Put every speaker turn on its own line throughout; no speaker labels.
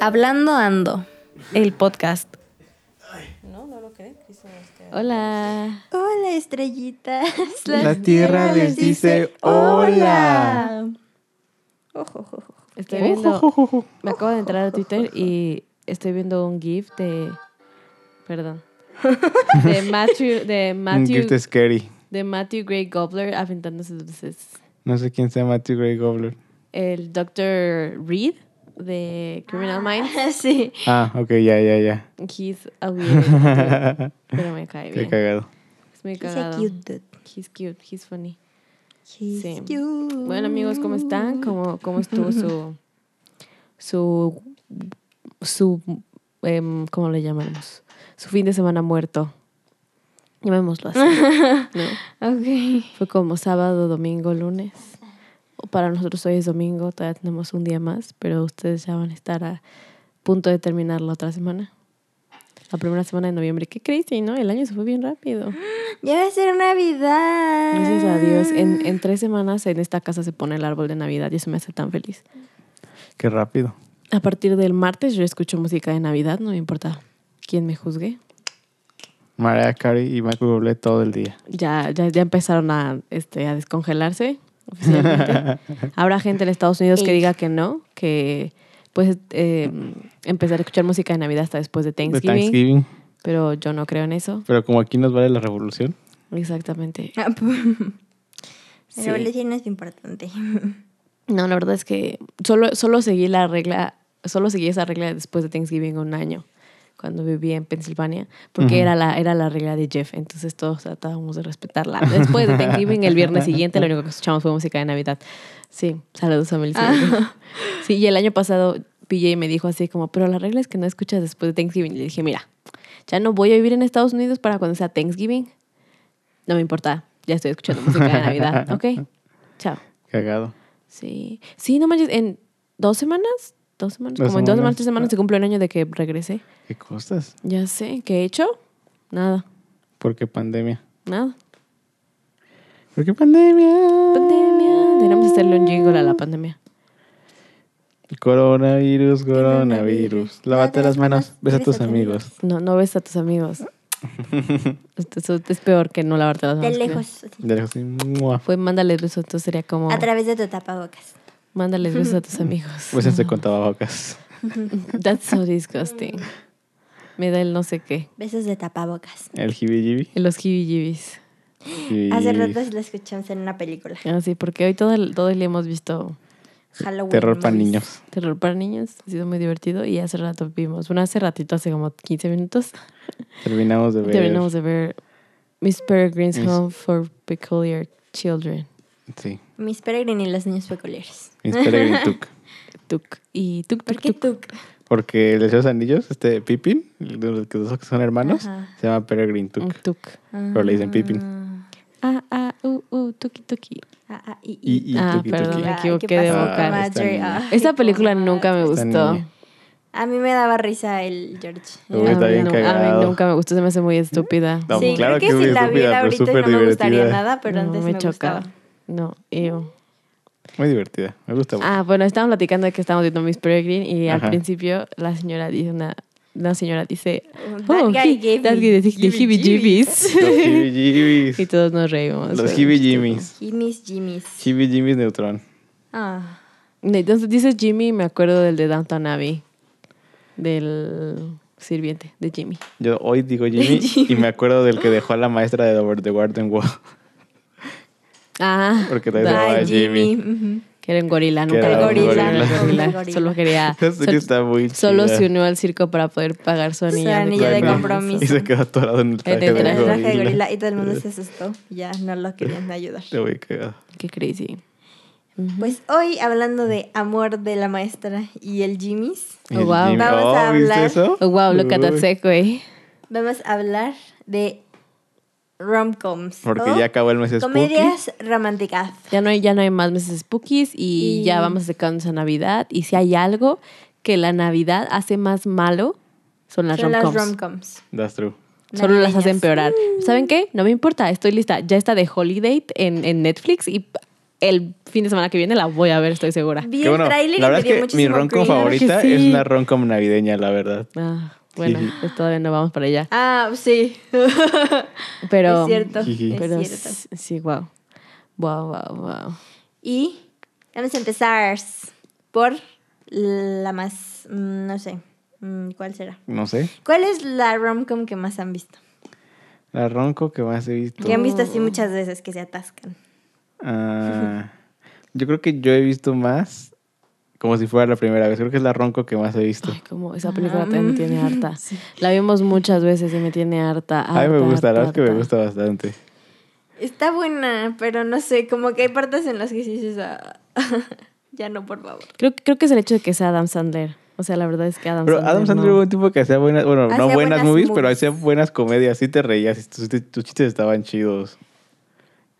Hablando Ando, el podcast.
No, no lo creen. Dicen ustedes.
Hola.
Hola, estrellitas.
La tierra les dice hola.
Ojo, ojo, ojo.
Estoy viendo. Me acabo de entrar a Twitter y estoy viendo un GIF de. Perdón. De Matthew. De este.
Un
Matthew,
gift scary.
de Matthew Gray Gobler aventándose dulces.
No sé quién sea Matthew Grey Gobbler.
El Dr. Reed de Criminal Minds.
sí.
Ah, ok, ya, ya, ya.
He's a weird. Pero me cae
Qué
bien.
cagado.
Es muy
He's a
cagado.
cute dude.
He's cute. He's funny.
He's
Sí.
cute.
Bueno, amigos, ¿cómo están? ¿Cómo, cómo estuvo su. su. su. em, ¿Cómo le llamamos? Su fin de semana muerto. Llamémoslo así. ¿no?
Ok.
Fue como sábado, domingo, lunes. O Para nosotros hoy es domingo, todavía tenemos un día más, pero ustedes ya van a estar a punto de terminar la otra semana. La primera semana de noviembre. Qué crazy, ¿no? El año se fue bien rápido.
Ya va a ser Navidad.
Gracias a Dios. En, en tres semanas en esta casa se pone el árbol de Navidad y eso me hace tan feliz.
Qué rápido.
A partir del martes yo escucho música de Navidad, no me importa quién me juzgue.
Mariah Carey y Michael Bublé todo el día.
Ya, ya, ya empezaron a, este, a descongelarse oficialmente. Habrá gente en Estados Unidos que
Ey.
diga que no, que pues eh, empezar a escuchar música de Navidad hasta después de
De
Thanksgiving,
Thanksgiving.
pero yo no creo en eso.
Pero como aquí nos vale la revolución.
Exactamente.
Ah, pu-
Sí.
La evolución es importante.
No, la verdad es que solo, solo seguí la regla, solo seguí esa regla después de Thanksgiving un año, cuando vivía en Pensilvania, porque
Ujú.
era, la, era la regla de Jeff, entonces todos tratábamos de respetarla. Después de Thanksgiving, el viernes siguiente, lo único que escuchamos fue música de Navidad. Sí, saludos a Melissa. Sí, y el año pasado PJ me dijo así como, pero la regla es que no escuchas después de Thanksgiving. Y le dije, mira, ya no voy a vivir en Estados Unidos para cuando sea Thanksgiving. No me importa, ya estoy escuchando música de Navidad. Ok, chao.
Cagado.
Sí. Sí, no manches, en dos semanas, dos semanas,
Dos
como en dos semanas,
semanas.
tres semanas se cumple un año de que regresé.
¿Qué cosas?
Ya sé, ¿qué he hecho? Nada,
Porque pandemia.
nada.
¿Por qué pandemia?
Pandemia. Deberíamos hacerle un jingle a la pandemia.
Coronavirus, coronavirus. Lávate las manos. Besa a tus amigos.
No, no ves a tus amigos. Esto- Eso es peor que no lavarte las
De
manos. creo.
lejos. así.
De lejos, así, mua.
Fue mándales besos, entonces sería como
A través de tu tapabocas.
mándales besos a tus amigos.
Bésense Pues este con tababocas.
That's so disgusting. Me da el no sé qué.
Besos de tapabocas.
El jibijibis.
Los jibijibis.
Hace rato lo escuchamos en una película.
Así, Ah, porque hoy todo el, todo el día hemos visto
Halloween.
Terror para
movies.
niños.
Terror para niños, ha sido muy divertido y hace rato vimos, bueno, hace ratito, hace como 15 minutos,
Terminamos de ver.
terminamos de ver Miss Peregrine's
Miss-
Home for Peculiar Children,
Sí.
Mis Peregrine y los niños peculiares.
Miss Peregrine Took.
Tuk, y Tuk,
¿Por
Tuk,
qué
Tuk,
tú?
Porque el de los anillos, este Pippin, el de los que dos que son hermanos,
Ajá.
se llama Peregrine Took.
un Tuk,
¿Ah, Pero le dicen Pippin.
ah, ah, uh, uh, Tuki, Tuki.
Ah, ah, y,
Y, y
Ah,
Tuki Tuki.
perdón. me
Ay, ¿qué
equivoqué de
pasó con
vocal. Ah, esta
Marjorie?
niña.
Ay,
Esa
con
película nunca me
Marjorie.
Esta
gustó.
niña.
A mí me daba risa el George.
Uy,
a,
está
mí
bien
nu- a mí
cagado.
nunca me gustó, se me hace muy estúpida.
No,
sí,
claro que
creo que,
muy
si la
estúpida,
viera
pero
ahorita
súper
no me gustaría
divertida.
nada, pero
No,
antes me, gustaba.
No, ew.
Muy divertida. Me gusta mucho.
Ah, bueno, estábamos platicando de que estábamos viendo Miss Peregrine y al
Ajá.
principio la señora dice una, una señora dice,
That
oh,
guy
he-
gave
that
me
guy the- the heebie-jeebies".
Los
y
jibijibis.
todos nos reímos.
Los
fue muy
jibijibis.
Jimmy's Jimmy's.
Jibijibis Neutron.
Ah,
chistoso. Entonces dices Jimmy y me acuerdo del de Downton Abbey, del sirviente de Jimmy.
Yo hoy digo Jimmy y me acuerdo del que dejó a la maestra de Over the Garden Wall.
Ah,
Porque
da-
también se llamaba
Ay,
Jimmy.
Jimmy.
que era un gorila, nunca
era
lo
un
conocí,
gorila.
era un gorila.
Un gorila.
Solo quería...
Esa serie
sol-
está muy
Solo
chida.
se unió al circo para poder pagar su
Su
anillo,
anillo de
Y
compromiso.
se quedó atorado en el traje
el
Ujú.
de
El traje de
gorila.
gorila y todo el mundo se asustó. Ya no lo querían ayudar.
Te voy cagado.
Qué crazy.
Pues hoy, hablando de amor de la maestra y el Jimmy's,
Y el
wow.
Jimmy-
Vamos a
Oh, ¿viste
hablar-
eso?
Oh, wow, look at that
Uy.
segue.
vamos a hablar de romcoms.
Porque
o
ya acabó el mes spooky.
Oh, Comedias románticas.
Ya no hay, ya no hay más meses spookies y,
Y-
ya vamos acercándonos a Navidad. Y si hay algo que la Navidad hace más malo, son las
Son las
romcoms.
romcoms.
That's true.
Solo
navideñas.
las
Mm.
hace empeorar. ¿Saben qué? No me importa, estoy lista. Ya está de Holiday en, en Netflix y el fin de semana que viene la voy a ver, estoy segura.
Vi
Qué
el
bueno,
tráiler
la
y me
verdad
dio
es que mi
muchísimo
roncom
cringe.
favorita
sí.
es una roncom navideña, la verdad.
Ah, bueno,
Sí.
pues todavía no vamos para allá.
Ah, sí.
Pero,
es cierto.
Jiji.
Es
pero
cierto.
s- sí, wow. Wow, wow, wow.
Y vamos a empezar por la más, mm, no sé, mm, ¿cuál será?
No sé.
¿Cuál es la romcom que más han visto?
La ronco que más he visto.
Que han visto así muchas veces que se atascan.
Ah, yo creo que yo he visto más como si fuera la primera vez. Creo que es la ronco que más he visto.
Ay, como esa película también
Ah.
me tiene harta. La vimos muchas veces y me tiene harta.
A mí me
harta,
gusta, la
harta,
verdad es que me
harta.
gusta bastante.
Está buena, pero no sé, como que hay partes en las que sí dices, "Ah, ya no, por favor.
Creo, creo que es el hecho de que sea Adam Sandler. O sea, la verdad es que Adam
Pero
Sandler.
Adam Sandler
no.
hubo un tipo que hacía buenas, bueno, no
Hacía
buenas,
buenas
movies, pero
movies.
hacía buenas comedias. Sí te reías, y tus, tus chistes estaban chidos.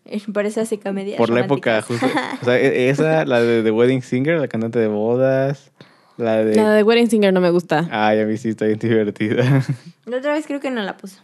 Eh, Por eso hace comedia.
Por la época, justo. O sea, e- esa, la de The Wedding Singer, la cantante de bodas, la de... Ah.
La de Wedding Singer no me gusta.
Ay, a mí sí está bien divertida.
La otra vez creo que no la puso.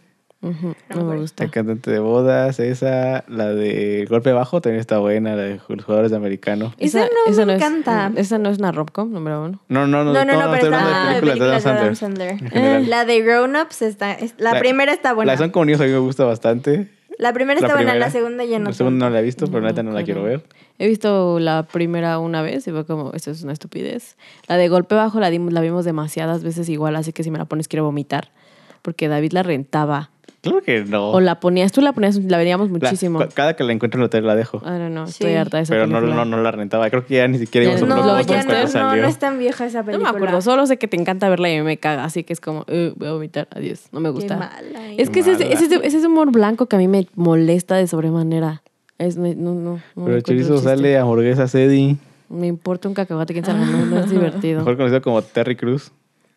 Ujú,
No
no me
me
gusta.
La cantante de bodas, esa, la de Golpe Bajo también está buena, la de los jugadores de americano.
Esa no me encanta.
Es, esa no es una romcom, número uno.
No, no, no,
No, no, no, pero
estoy
está
hablando de
hablando
películas de Adam Sandler.
Sandler.
en general.
Eh, La de Grown Ups está. es- la,
La-
primera está buena.
La de Son como niños a mí me gusta bastante.
La primera
La
está buena,
primera.
la segunda ya no.
la segunda
tanto.
no la he visto, pero neta no la
Nunca,
quiero
no.
ver.
He visto la primera una vez y fue como, esto es una estupidez. La de golpe bajo la, dimos, la vimos demasiadas veces igual, así que si me la pones quiero vomitar. Porque David la rentaba.
Claro que no.
O la ponías, tú la ponías, la veríamos
Oh. La-
muchísimo.
ca- cada que la encuentro en el hotel la dejo.
Ah, no, no,
Sí.
estoy harta de esa
Pero no,
película.
no, no la rentaba. Creo que ya ni siquiera
Ya
íbamos a
no,
No,
Blockbuster
ya
cuando
no, no,
salió.
no es tan vieja esa
No me
película.
acuerdo, solo sé que te encanta verla y me caga, así que es como, "Eh, voy a vomitar, adiós, no me
Qué
gusta.
mala. ¿eh?
Es que ese,
Mala.
ese, ese es humor blanco que a mí me molesta de sobremanera. Es, me- no, no, no
Pero
le
el
encuentro
chorizo
chiste.
sale a hamburguesa Cedi,
Me importa un cacahuate, quién sabe, no, no es divertido.
mejor conocido como Terry Cruz.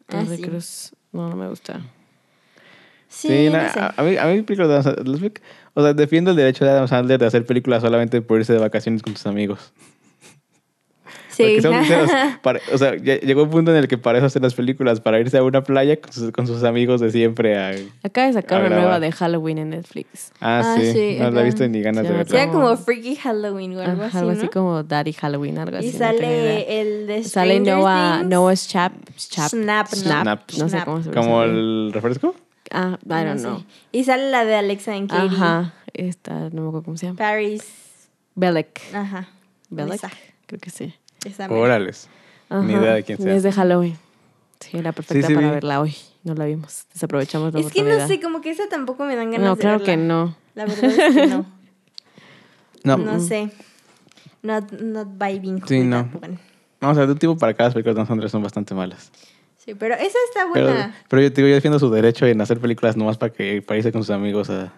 Ah,
Terry
sí.
Crews, no, no me gusta.
Sí,
na- ah,
no sé.
a, a mí, a mí películas de Adam Sandler- los pic- O sea, defiendo el derecho de Adam Sandler de hacer películas solamente por irse de vacaciones con sus amigos.
Sí.
Porque seamos sinceros, para- o sea, ya llegó un punto en el que para eso hacen las películas, para irse a una playa con sus, con sus amigos de siempre. A, ah,
Acaba de sacar
A
una
grabar.
nueva de Halloween en Netflix.
ah,
Ah,
sí,
sí,
no la
ajá.
he visto ni ganas
Sí,
de
me
verla.
Era como
como-
Freaky Halloween o
Ajá,
algo así.
algo
¿no?
así como Daddy Halloween, algo así.
Y
no tengo idea.
sale el de
sale
Stranger
Noah,
Things.
Noah Chap, Chap,
Snap, ¿no?
Snap,
Snap.
no sé
Snap.
cómo se
¿Como
pronuncia.
el refresco?
Ah, I
No
don't know.
sé. Y sale la de Alexa y Katie.
Ajá, esta, no me acuerdo cómo se llama.
Paris.
Belek.
Ajá.
Belek,
Esa,
creo que sí.
esa mera.
Órales. Ni idea de quién
Y
sea.
Es de Halloween. Sí, era perfecta
Sí, sí,
para
vi.
verla hoy. No la vimos. Desaprovechamos la
Es que no
oportunidad.
sé, como que esa tampoco me dan ganas
No,
de
claro
verla.
que no.
La verdad es que no.
No,
No sé. Not, not vibing.
Sí,
with
no.
that one.
no, o sea, de un tipo para acá las películas de Adam Sandler son bastante malas.
Sí, pero esa está
Pero,
buena.
pero yo te digo, yo defiendo su derecho en hacer películas nomás para que para irse con sus amigos a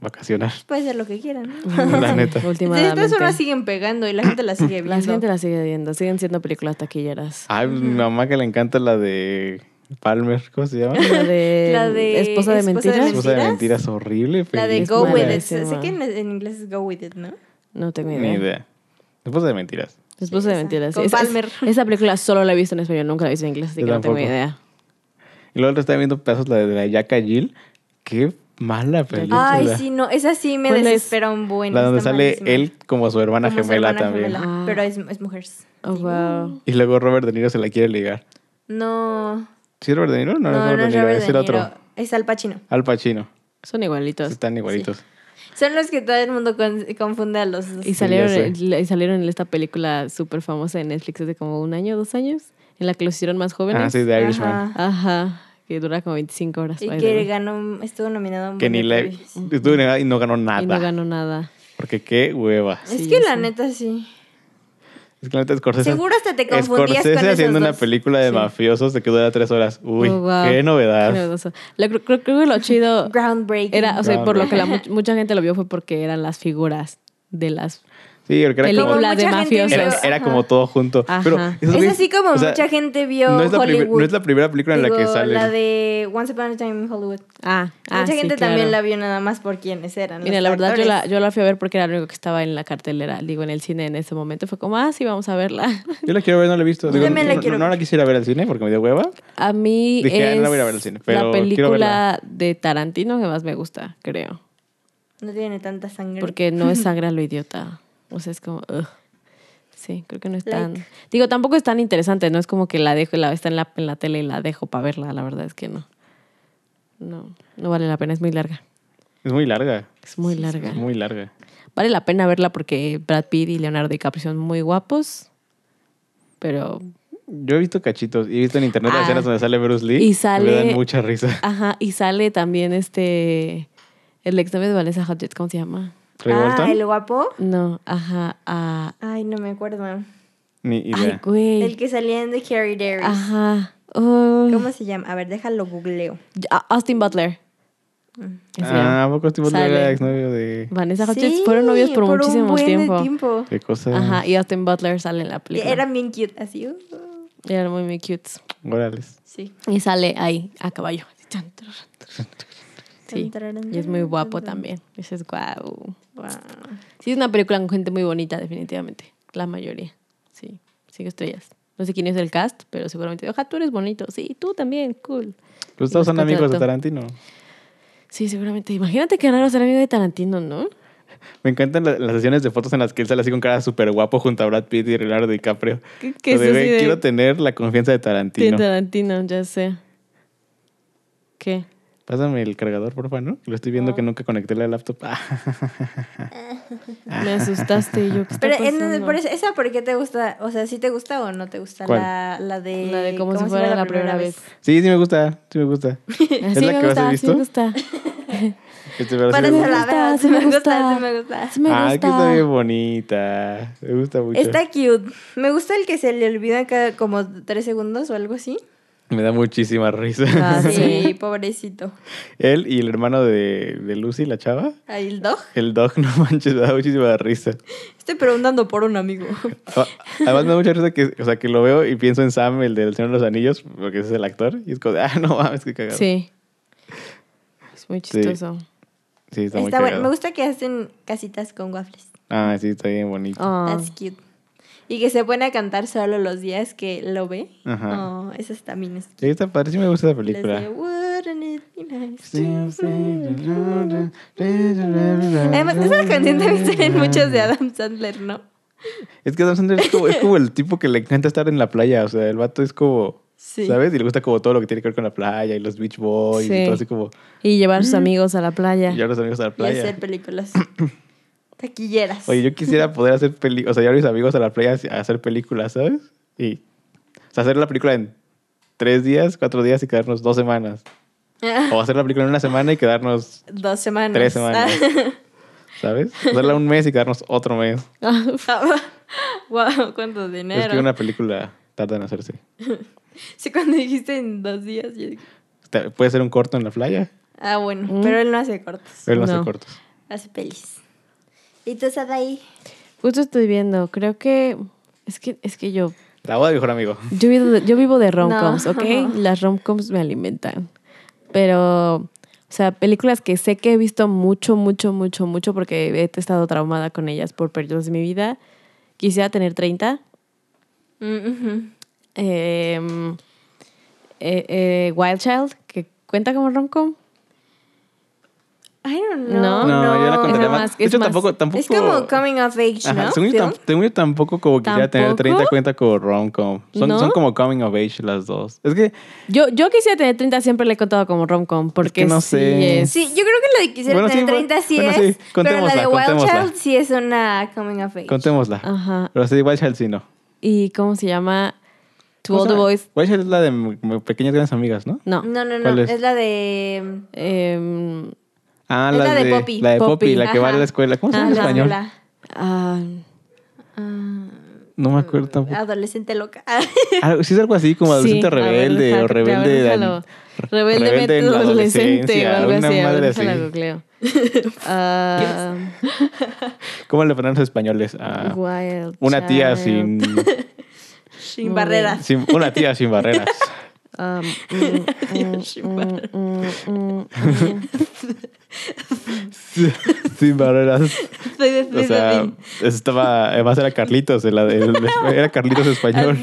vacacionar.
Puede ser lo que quieran. ¿no?
La neta.
Entonces, estas
Últimamente.
horas siguen pegando y la gente las sigue viendo.
La gente la sigue viendo. Siguen siendo películas taquilleras.
Ay, pues, mi mamá que le encanta la de Palmer, ¿cómo se llama?
La de,
La de
Esposa
Esposa
de
de
Mentiras.
Esposa de
¿Mentiras?
mentiras horrible.
La de
película.
Es
Go With It.
buenísima.
Sé que en, en inglés es Go With It, ¿no?
No tengo idea.
Ni idea. Esposa de mentiras.
Esposa de
esa.
Mentiras.
Con
Es- es-
Palmer.
esa película solo la he visto en español. Nunca la he visto en inglés, así
Yo
que no tengo
tampoco.
idea.
Y luego está viendo pedazos la de la Yaka Jill. Qué mala película.
Ay, sí, no. Esa sí me
¿Cuál es?
desespera un buen.
la donde
está
sale
malísima.
él como su hermana
Como su
gemela
hermana
también.
gemela,
Ah.
Pero es, es mujer.
Oh, wow.
Y luego Robert De Niro se la quiere ligar.
No.
¿Sí es Robert De Niro? No,
No,
no, es Robert De Niro, es el
De Niro,
otro.
Es Al Pacino.
Al Pacino.
Son igualitos.
Están igualitos. Ah,
Son los que todo el mundo con- confunde a los dos.
Y
Sí,
salieron,
ya
y salieron en esta película súper famosa de Netflix hace como un año, dos años, en la que los hicieron más jóvenes.
Ah, sí, de Irishman.
Ajá.
Ajá, que dura como 25 horas.
Y
by the
que
way.
ganó, estuvo nominado a un
Que
buen
ni
de
la
premios.
estuvo nominada y no ganó nada.
Y no ganó nada.
Porque qué hueva.
Es
Sí,
que
ya
la
sé.
neta sí.
Es que la neta Scorsese.
Seguro hasta te confundías
Scorsese
con esos
haciendo una
dos.
película de
Sí.
mafiosos de que dura tres horas. Uy,
Oh, wow.
qué novedad.
Qué novedoso. Lo- creo, creo que lo chido
Groundbreaking.
era, o sea,
Claro.
por lo que la mu- mucha gente lo vio fue porque eran las figuras de las...
Sí, porque era como,
Película. Películas de
mucha gente
mafiosos.
vio-
era, era
ajá.
como todo junto.
Ajá.
Pero
Es
esos
Es
güeyes-
así como
o sea,
mucha gente vio
no es, la primer-
Hollywood.
no es la primera película en la que
Digo,
sale.
La de Once Upon a Time in Hollywood.
Ah, ah,
mucha
sí,
gente
claro.
también la vio nada más por quienes eran.
Mira,
los
la verdad yo
actores.
la, yo la fui a ver porque era lo único que estaba en la cartelera, digo, en el cine en ese momento. Fue como, ah, sí, vamos a verla.
Yo la quiero ver, no la he visto.
Yo
Digo,
también la
no,
quiero
no la quisiera ver al cine porque me dio hueva.
A mí
Dije, "Ah,
es
no la voy a ir a ver al cine", pero
la
quiero
película de Tarantino que más me gusta, creo.
No tiene tanta sangre.
Porque no es sangre a lo idiota. O sea, es como. ugh. Sí, creo que no es
Like.
tan. Digo, tampoco es tan interesante, no es como que la dejo, la está en la, en la tele y la dejo para verla, la verdad es que no. No, no vale la pena, es muy larga.
Es muy larga.
Es muy larga.
Es muy larga.
Vale la pena verla porque Brad Pitt y Leonardo DiCaprio son muy guapos, pero
Yo he visto cachitos y he visto en internet
Ah.
las escenas donde sale Bruce Lee.
Y
Me
sale-
dan mucha risa.
Ajá, y sale también este. El ex novio de Vanessa Hudgens, ¿cómo se llama?
Ray
Ah,
Bolton,
el guapo.
No, ajá, a.
Ay, no me acuerdo.
Ni
Ay,
idea.
güey.
El que salía en The Carrie Davis.
Ah. Ajá. Uy.
¿Cómo se llama? A ver, déjalo googleo.
A- Austin Butler.
Mm.
Ese
ah,
era.
¿a poco este tipo
Sale.
era exnovio de.
Vanessa Hudgens
Sí,
fueron novios por,
un
muchísimo
buen de
tiempo.
tiempo.
¿Qué cosa?
Ajá, y Austin Butler sale en la
Que
película.
Eran bien cute, así. uh,
Eran muy, muy cute.
Órales.
sí.
Y sale ahí, a caballo. Sí.
Tan,
Y es muy
tan,
guapo
tan,
también. Dices, wow.
Wow.
Sí, es una película con gente muy bonita, definitivamente. La mayoría. Sí, cinco estrellas. No sé quién es el cast, pero seguramente. Ojalá tú eres bonito. Sí, tú también, cool.
Pues
Y los
todos son amigos de
contrató.
Tarantino.
Sí, seguramente. Imagínate que raro ser amigo de Tarantino, ¿no?
Me encantan la- las sesiones de fotos en las que él sale así con cara súper guapo junto a Brad Pitt y Leonardo DiCaprio.
Que,
Lo de, "Güey, Quiero tener la confianza de Tarantino.
Tarantino, ya sé. ¿Qué?
Pásame el cargador, porfa, ¿no? Lo estoy
Ah.
viendo que nunca conecté la laptop. Ah,
Me asustaste y yo. ¿qué está
Pero
pues,
en-
pasando?
por eso- esa, ¿por qué te gusta? O sea, ¿sí te gusta o no te gusta?
¿Cuál?
La, la de.
La de como si fuera la primera vez.
sí, sí me gusta, sí me gusta. ¿Es
Sí,
la
me
que vas a
gusta, sí me
visto?
gusta.
Este, pero sí me
Para
gusta.
la verdad, sí me gusta, sí me gusta.
Sí me
Ah, es que está
gusta.
bien bonita. Me gusta mucho.
Está cute. Me gusta el que se le olvida cada como tres segundos o algo así.
Me da muchísima risa.
Ah, sí.
Sí, pobrecito.
Él y el hermano de, de Lucy, la chava.
Ahí el dog.
El dog, no manches, me da muchísima risa.
Estoy preguntando por un amigo.
Ah, Además, me da mucha risa que, o sea, que lo veo y pienso en Sam, el del Señor de los Anillos, porque ese es el actor. Y es como, de, ah, no mames, qué cagado.
Sí. Es muy chistoso.
Sí,
Está
está, muy
bueno.
cagado.
Me gusta que hacen casitas con waffles.
Ah, sí, está bien bonito.
Ah.
That's cute. Y que se pone a cantar solo los días que lo ve.
Ajá.
Oh, esas también es
Sí, está padre, sí me gusta esa
Les de,
película.
"Wouldn't it be nice to free the world?" Además,
Además,
esa canción también salen muchas de Adam Sandler, ¿no?
Es que Adam Sandler es como, es como el tipo que le encanta estar en la playa. O sea, el vato es como,
Sí.
¿sabes? Y le gusta como todo lo que tiene que ver con la playa y los Beach Boys
Sí.
y todo así como.
Y llevar a
Mm.
sus amigos a la playa.
Y ahora los amigos a la
Y
playa.
hacer películas taquilleras.
Oye, yo quisiera poder hacer películas. O sea, llevar a mis amigos a la playa a hacer películas, ¿sabes? Y. O sea, hacer la película en tres días, cuatro días y quedarnos dos semanas. O hacer la película en una semana y quedarnos
Ah, Dos semanas.
tres semanas. ¿Sabes? Hacerla un mes y quedarnos otro mes.
Ah, wow, cuánto dinero.
Es que una película tarda en hacerse.
Sí, cuando dijiste en dos días. yo dije,
Te- Puede ser un corto en la playa,
Ah, bueno,
Mm.
pero él no hace cortos,
pero no, hace
No.
cortos.
hace pelis. ¿Y tú, Sadaí?
Justo estoy viendo, creo que. Es que, es que yo
La boda de mejor amigo.
Yo vivo de, yo vivo de romcoms,
No.
¿ok? Las romcoms me alimentan. Pero, o sea, películas que sé que he visto mucho, mucho, mucho, mucho porque he estado traumada con ellas por periodos de mi vida. Quisiera tener 30.
Mm,
Eh, eh, eh, Wild Child, que cuenta como romcom.
I don't know.
Oh, No.
No, yo la contaría
es
más.
más-
de
es
hecho,
más-
tampoco, tampoco.
Es como coming of age,
Ajá,
¿no?
según, yo,
Film.
tam- según yo tampoco como quisiera tener
¿Tampoco?
30 cuenta como rom-com. Son,
¿No?
son como coming of age las dos. Es que
Yo, yo quisiera tener 30, siempre le he contado como romcom porque
que no
sí
sé.
es-
Sí, yo creo que la de Quisiera
Bueno, sí,
tener
bueno,
30 sí
bueno, sí,
es, pero la
contémosla,
de Wild
contémosla.
Child sí es una coming of age.
contémosla.
Ajá.
Pero sí, igual Child sí no.
¿Y cómo se llama? To
¿Cómo
All
se
the
llama?
Boys.
Wild Child es la de m- m- Pequeñas Grandes Amigas, ¿no?
No.
No, no,
¿Cuál
no,
es?
es? la de...
Em,
Ah,
Es
la,
la
de,
de Poppy.
La de Poppy,
Poppy,
la que va a
ajá.
la escuela. ¿Cómo se llama en
Ajá,
español?
la-
ah,
ah,
No me acuerdo tampoco.
adolescente loca.
Ah, sí, es algo así como
Sí,
adolescente
a ver,
rebelde
deja-
o rebelde.
ya,
de-
déjalo. Rebelde,
rebelde en la
adolescente o
adolescencia,
algo así.
una
a ver,
madre
déjala,
así.
googleo. Ah,
¿Cómo le ponen los españoles? Ah,
wild
una tía
child.
sin,
Sin
Muy
barreras.
sin- Una tía sin barreras.
Um, mm, mm,
Sin
mm,
barreras.
mm, mm, mm.
sin barreras.
Soy de
O sea, estaba. Además era Carlitos. de la de- era Carlitos español.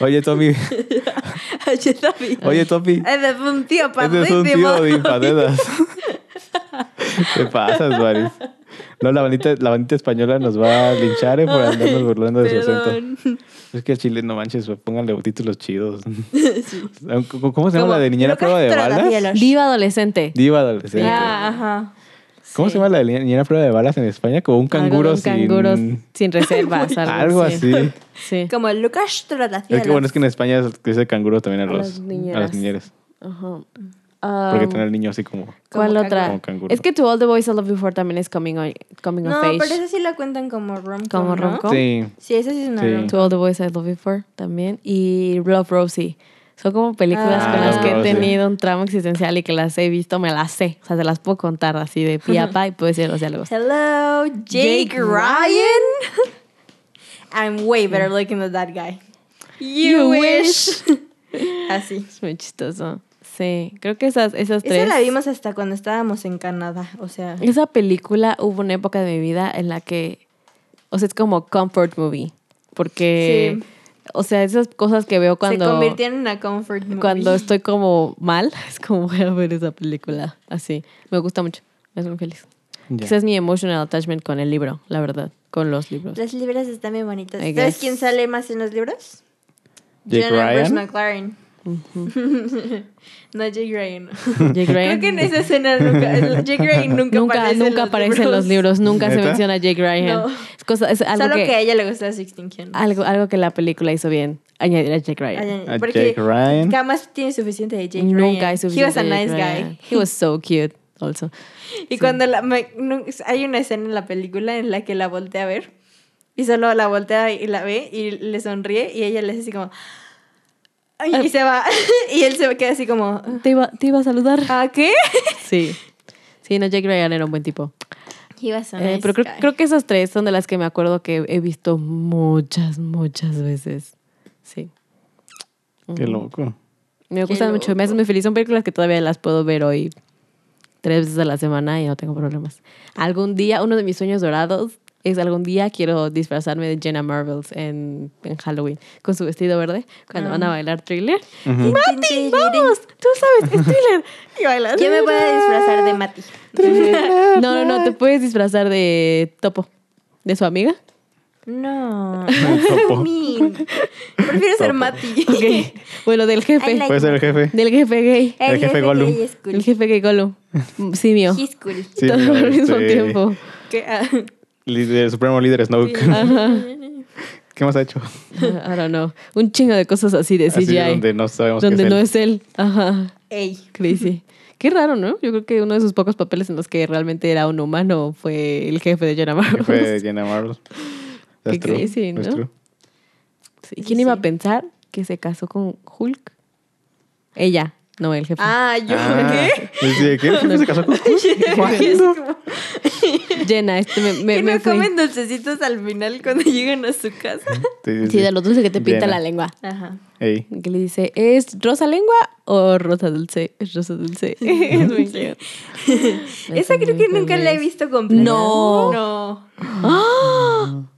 Oye, Tommy.
Oye, Topi.
Oye, Tommy.
Es de un tío
Ese es
padrísimo.
un tío de infadedas. Te pasas, Maris. No, la bandita, la bandita española nos va a linchar eh, por andarnos burlando de su acento.
Perdón.
Es que al Chile, no manches, pues, pónganle títulos chidos. ¿Cómo, cómo se llama
Como,
la de niñera
creo
prueba
que
de
es
balas?
Trotavielos.
Diva adolescente.
Diva adolescente.
Ah, ajá.
¿Cómo
Sí.
se llama la de niñera prueba de balas en España? Como un canguro
Algo de un canguro
sin...
sin reservas. Algo,
Algo así.
Sí.
Como el Lucas
Es
Trotafielas.
que, bueno, es que en España se dice canguro también a,
A
los,
las
a
niñeras.
las niñeras.
Ajá.
Porque
Ah,
tener al niño así como...
¿Cuál
Como
otra?
Como canguro.
Es que To All the Boys I Love Before también es Coming, on- coming
No,
of Age.
pero eso sí la cuentan como rom-com, ¿no?
Como rom-com.
Sí.
Sí, esa sí es una
Sí.
rom-com.
To All the Boys I Love Before también. Y Love Rosie. Son como películas
Ah,
con las
Love
que he
Rosie.
tenido un tramo existencial y que las he visto, me las sé. O sea, te las puedo contar así de pie a pa y puedo decir los diálogos.
Hello, Jake,
Jake
Ryan. Mm. I'm way better looking than that guy.
You wish.
Así.
Es muy chistoso. Sí, creo que esas, esas tres.
Esa la vimos hasta cuando estábamos en Canadá. O sea,
Esa película hubo una época de mi vida en la que, o sea, es como comfort movie, porque,
Sí.
o sea, esas cosas que veo
se
cuando,
convirtió en una comfort movie.
cuando estoy como mal, es como voy a ver esa película, así. Me gusta mucho, me hace muy feliz.
Ya.
Ese es mi emotional attachment con el libro, la verdad, con los libros.
Las libras están bien bonitas. ¿Sabes
I guess.
quién sale más en los libros?
Jake
Jenna Bruce
Ryan.
McLaren. no, Jake Ryan.
Jake
Creo
Ryan.
que en esa escena nunca. Jake Ryan nunca,
Nunca,
aparece
nunca
en
aparece en los libros, nunca se
¿Neta?
menciona a Jake Ryan.
No.
Es, cosa- es algo
Solo que,
que, Ah,
a ella le gustaba Sixteen Candles.
algo, algo que la película hizo bien, añadir a Jake Ryan.
Ay,
A
Porque
Jake Ryan.
jamás tiene suficiente de Jake Ryan.
Nunca hay suficiente.
He was a
de
nice
Ryan.
guy. Ah.
He was so cute also.
Y cuando la, me- nu- hay una escena en la película en la que la voltea a ver y solo la voltea y la ve y le sonríe y ella le hace así como... "Ay", y se va. y él se queda así como...
Te iba, te iba a saludar.
¿A qué?
Sí. Sí, no, Jake Ryan era un buen tipo.
He was a
Eh,
nice
pero creo,
guy.
creo que esas tres son de las que me acuerdo que he visto muchas, muchas veces. Sí.
Qué loco.
Me gustan mucho, me hacen muy feliz. Son películas que todavía las puedo ver hoy tres veces a la semana y no tengo problemas. Algún día, uno de mis sueños dorados es algún día quiero disfrazarme de Jenna Marbles en, en Halloween con su vestido verde
Ah.
cuando van a bailar thriller.
Mm.
Ujú.
¡Mati, vamos! Tú sabes, es thriller. Y bailas.
Yo me voy a disfrazar de Mati.
No, no, no, te puedes disfrazar de Topo, de su amiga.
No.
Topo.
mean. Prefiero ser
Topo.
Mati.
Ok. Bueno, del jefe.
I like-
Puede ser el jefe.
Del jefe gay.
El jefe Gollum.
gay es cool.
El jefe gay Gollum. Simio.
He's cool.
Sí,
Todo
mira,
al mismo
este,
tiempo.
Que, ah,
Líder, supremo líder Snoke. ¿Qué más ha hecho?
I don't know. Un chingo de cosas así de
Así
CGI.
donde no sabemos
donde
qué
no
es él.
es él. Ajá.
ey.
Crazy. Qué raro, ¿no? Yo creo que uno de sus pocos papeles en los que realmente era un humano fue el jefe de Jenna Marbles.
Fue de Jenna Marbles. That's
Qué
true.
crazy,
That's
¿no?
true.
Sí, ¿Quién iba a pensar que se casó con Hulk? Ella, no el jefe.
Ah, yo
Ah,
qué.
yo decía, ¿qué? ¿El jefe se casó con
Jenna, este me, me,
que
me
no
fui.
comen dulcecitos al final cuando llegan a su casa.
Sí, de lo dulce que te pinta
Jenna.
la lengua.
Ajá.
Ey.
Que le dice, ¿es rosa lengua o rosa dulce? Es rosa dulce. es muy cute. Me
Esa
hace
creo
muy
que nunca la he
feliz.
visto completa.
No.
No.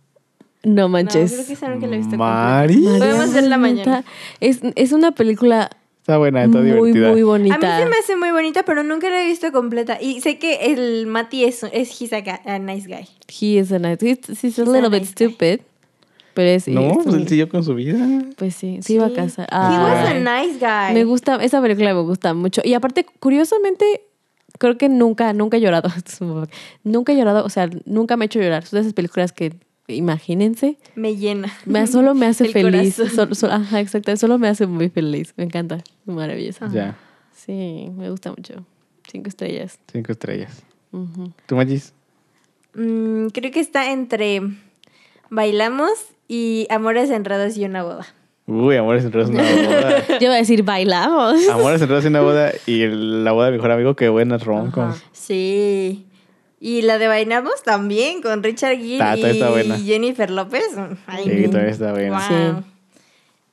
No
No,
manches.
creo que esa nunca la he visto completa.
Mari.
Podemos verla
Bonita.
mañana.
Es, es una película
Está buena, está
muy,
divertida.
muy
A mí
bonita.
se me hace muy bonita, pero nunca la he visto completa. Y sé que el Mati es, es he's a, guy- a nice guy.
He is a nice. He's, he's a
He's a
little bit
nice guy.
stupid. Pero es.
No,
es
pues
un-
él siguió con su vida.
Pues sí, se iba a
Sí.
casar.
He was a
Ay.
nice guy.
Me gusta, esa película me gusta mucho. Y aparte, curiosamente, creo que nunca, nunca he llorado. Esto es muy- nunca he llorado, o sea, nunca me he hecho llorar. Son de esas películas que, imagínense,
Me llena.
me, solo me hace
El
feliz.
corazón.
Solo, solo- ajá, exacto, solo me hace muy feliz. Me encanta,
Ah.
maravillosa.
Ya,
Sí, me gusta mucho. Cinco estrellas.
cinco estrellas.
Ujú.
¿Tú, Magis?
Mm, creo que está entre Bailamos y Amores Enredos y una boda.
Uy, Amores Enredados en una boda.
Yo iba a decir, bailamos.
Amores Enredados en una boda y el- la boda de mejor amigo. Qué buena rom-com.
Ajá.
Sí. Y la de Bailamos también con Richard Gere
Ah, también
y
está buena.
Jennifer López. Ay,
Sí, también está buena.
Wow.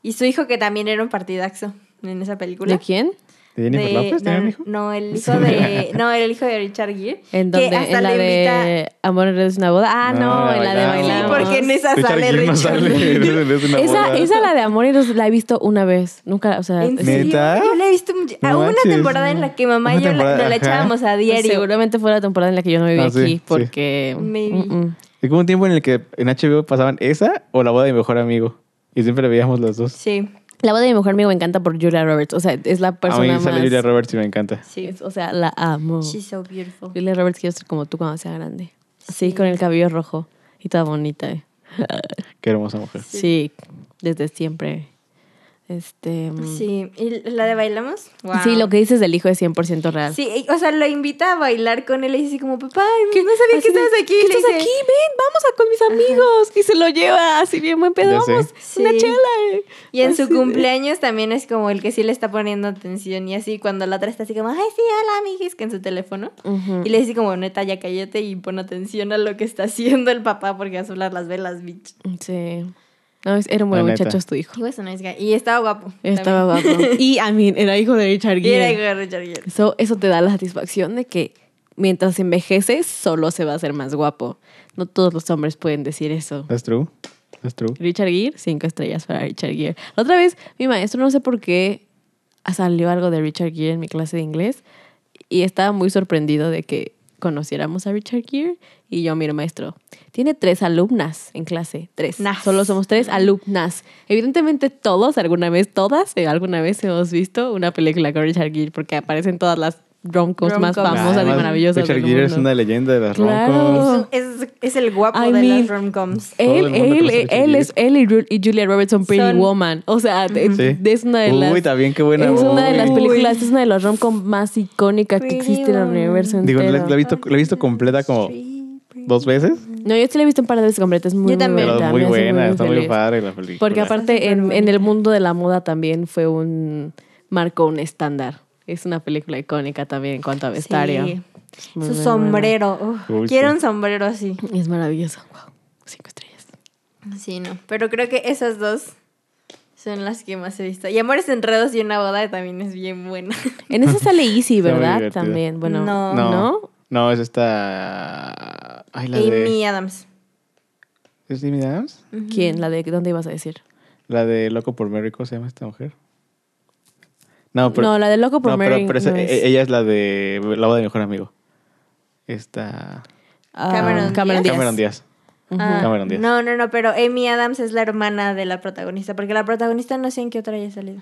Y su hijo que también era un partidaxo en esa película.
¿De quién?
¿De Jennifer
de-
López?
no,
¿Tenían un
no,
hijo?
no, el hijo de. No, el hijo de Richard Gere.
En donde,
que hasta
en la
le invita.
de Amor en Red es una boda. Ah, no,
No, la
en la de
bailamos.
bailamos.
Sí, porque en esa
Richard
sale
Gere no
Richard
sale,
Gere.
es una
esa,
boda.
esa la de Amor en Red la he visto una vez. Nunca, o sea,
¿En
sí.
serio? ¿Neta?
Yo la he visto mucho.
No
Ah, hubo una
manches,
temporada en la que mamá y
Una
yo la,
temporada,
nos la
ajá.
echábamos
Pues
a diario.
Seguramente fue la temporada en la que yo no vivía
Ah, sí,
aquí,
sí.
porque... mm,
Maybe.
Mm-mm.
Es como un tiempo en el que en HBO pasaban esa o la boda de mi mejor amigo. Y siempre la veíamos las dos.
Sí,
La boda de mi mejor amigo me encanta por Julia Roberts. O sea, es la
A mí
persona
sale
más...
Julia Roberts y me encanta.
sí.
es- o sea, la amo.
She's so beautiful.
Julia Roberts quiero ser como tú cuando sea grande. Sí,
Sí.
con el cabello rojo y toda bonita. eh.
Qué hermosa mujer.
Sí, desde siempre. Este... mm.
Sí, ¿y la de bailamos? Wow.
Sí, lo que dices del hijo es 100% real.
Sí, y- o sea, lo invita a bailar con él y dice como, papá, no sabía
Así
que
de,
estabas aquí.
¿qué
Le
estás
dice,
aquí, ven, vamos a con mis amigos. Y se lo lleva así bien buen pedo,
Ya sé.
vamos,
Sí.
una chela. eh.
Y en
Así
su
de-
cumpleaños también es como el que sí le está poniendo atención y así cuando la otra está así como, ay, sí, hola, amiguis, que en su teléfono.
Ujú.
Y le dice como, neta, ya cállate y pon atención a lo que está haciendo el papá porque va a soplar las velas, bitch.
Sí. No, es- era un buen
La
muchacho,
neta.
es tu hijo.
He was a nice guy. Y estaba guapo.
Estaba
también.
guapo. Y, I mean, era hijo de Richard
Y era hijo
Gere.
de Richard Gere.
So, eso te da la satisfacción de que mientras envejeces, solo se va a hacer más guapo. No todos los hombres pueden decir eso.
That's true. That's true.
Richard Gere, cinco estrellas para Richard Gere. La otra vez, mi maestro, no sé por qué, salió algo de Richard Gere en mi clase de inglés y estaba muy sorprendido de que conociéramos a Richard Gere. Y yo, mire, maestro, tiene tres alumnas en clase, tres.
Nas.
Solo somos tres alumnas. Evidentemente, todos, alguna vez, todas, eh, alguna vez hemos visto una película con Richard Gere porque aparecen todas las rom-coms más
Rom-coms.
famosas y
Además,
maravillosas.
Richard
del
Gere es
mundo.
una leyenda de las
Claro.
rom-coms.
Es, es- es el guapo
I
de
mean,
las rom-coms.
Todo
Él,
el mundo
él,
conoce a
él,
Richard Gere.
es, él y, Ru- y Julia Roberts son Pretty
Son-
Woman. O sea, de-
Sí.
de- Mm, es una de las.
Uy, también qué buena.
es una de las
Uy.
películas, es una de las rom-com más icónicas que
Pretty
existe en el
Woman.
universo
Digo, la,
entero.
la he visto, la he visto completa como dos veces.
No, yo sí la he visto un par de veces completa, es muy,
Yo también.
Pero
bonita,
es muy
me hace
buena, está muy
feliz.
padre la película.
Porque aparte
Está
en,
súper
en el mundo de la moda también fue un marcó un estándar. Es una película icónica también en cuanto a vestuario.
Sí.
Es muy,
Su
muy
sombrero. uf,
Uy,
quiero
sí.
un sombrero así.
buena. Es maravilloso. Wow. Cinco estrellas.
Sí, no. Pero creo que esas dos son las que más he visto. Y Amores Enredos y Una Boda también es bien buena.
En esa sale Easy,
Está muy
¿verdad?
divertida.
También. Bueno,
No.
No,
¿no?
no, es esta. Ay, la de.
Amy Adams.
¿Es Amy Adams?
¿Quién? ¿La de dónde ibas a decir?
La de Loco por México se llama esta mujer. No, pero.
no, la de Loco por
no, pero-
Mary
pero esa-
no es.
e- ella es la de La boda de mi mejor amigo. Esta.
Ah,
Cameron Díaz.
Cameron Díaz.
Ah,
Cameron Díaz.
No, no, no, pero Amy Adams es la hermana de la protagonista. Porque la protagonista no sé en qué otra haya salido.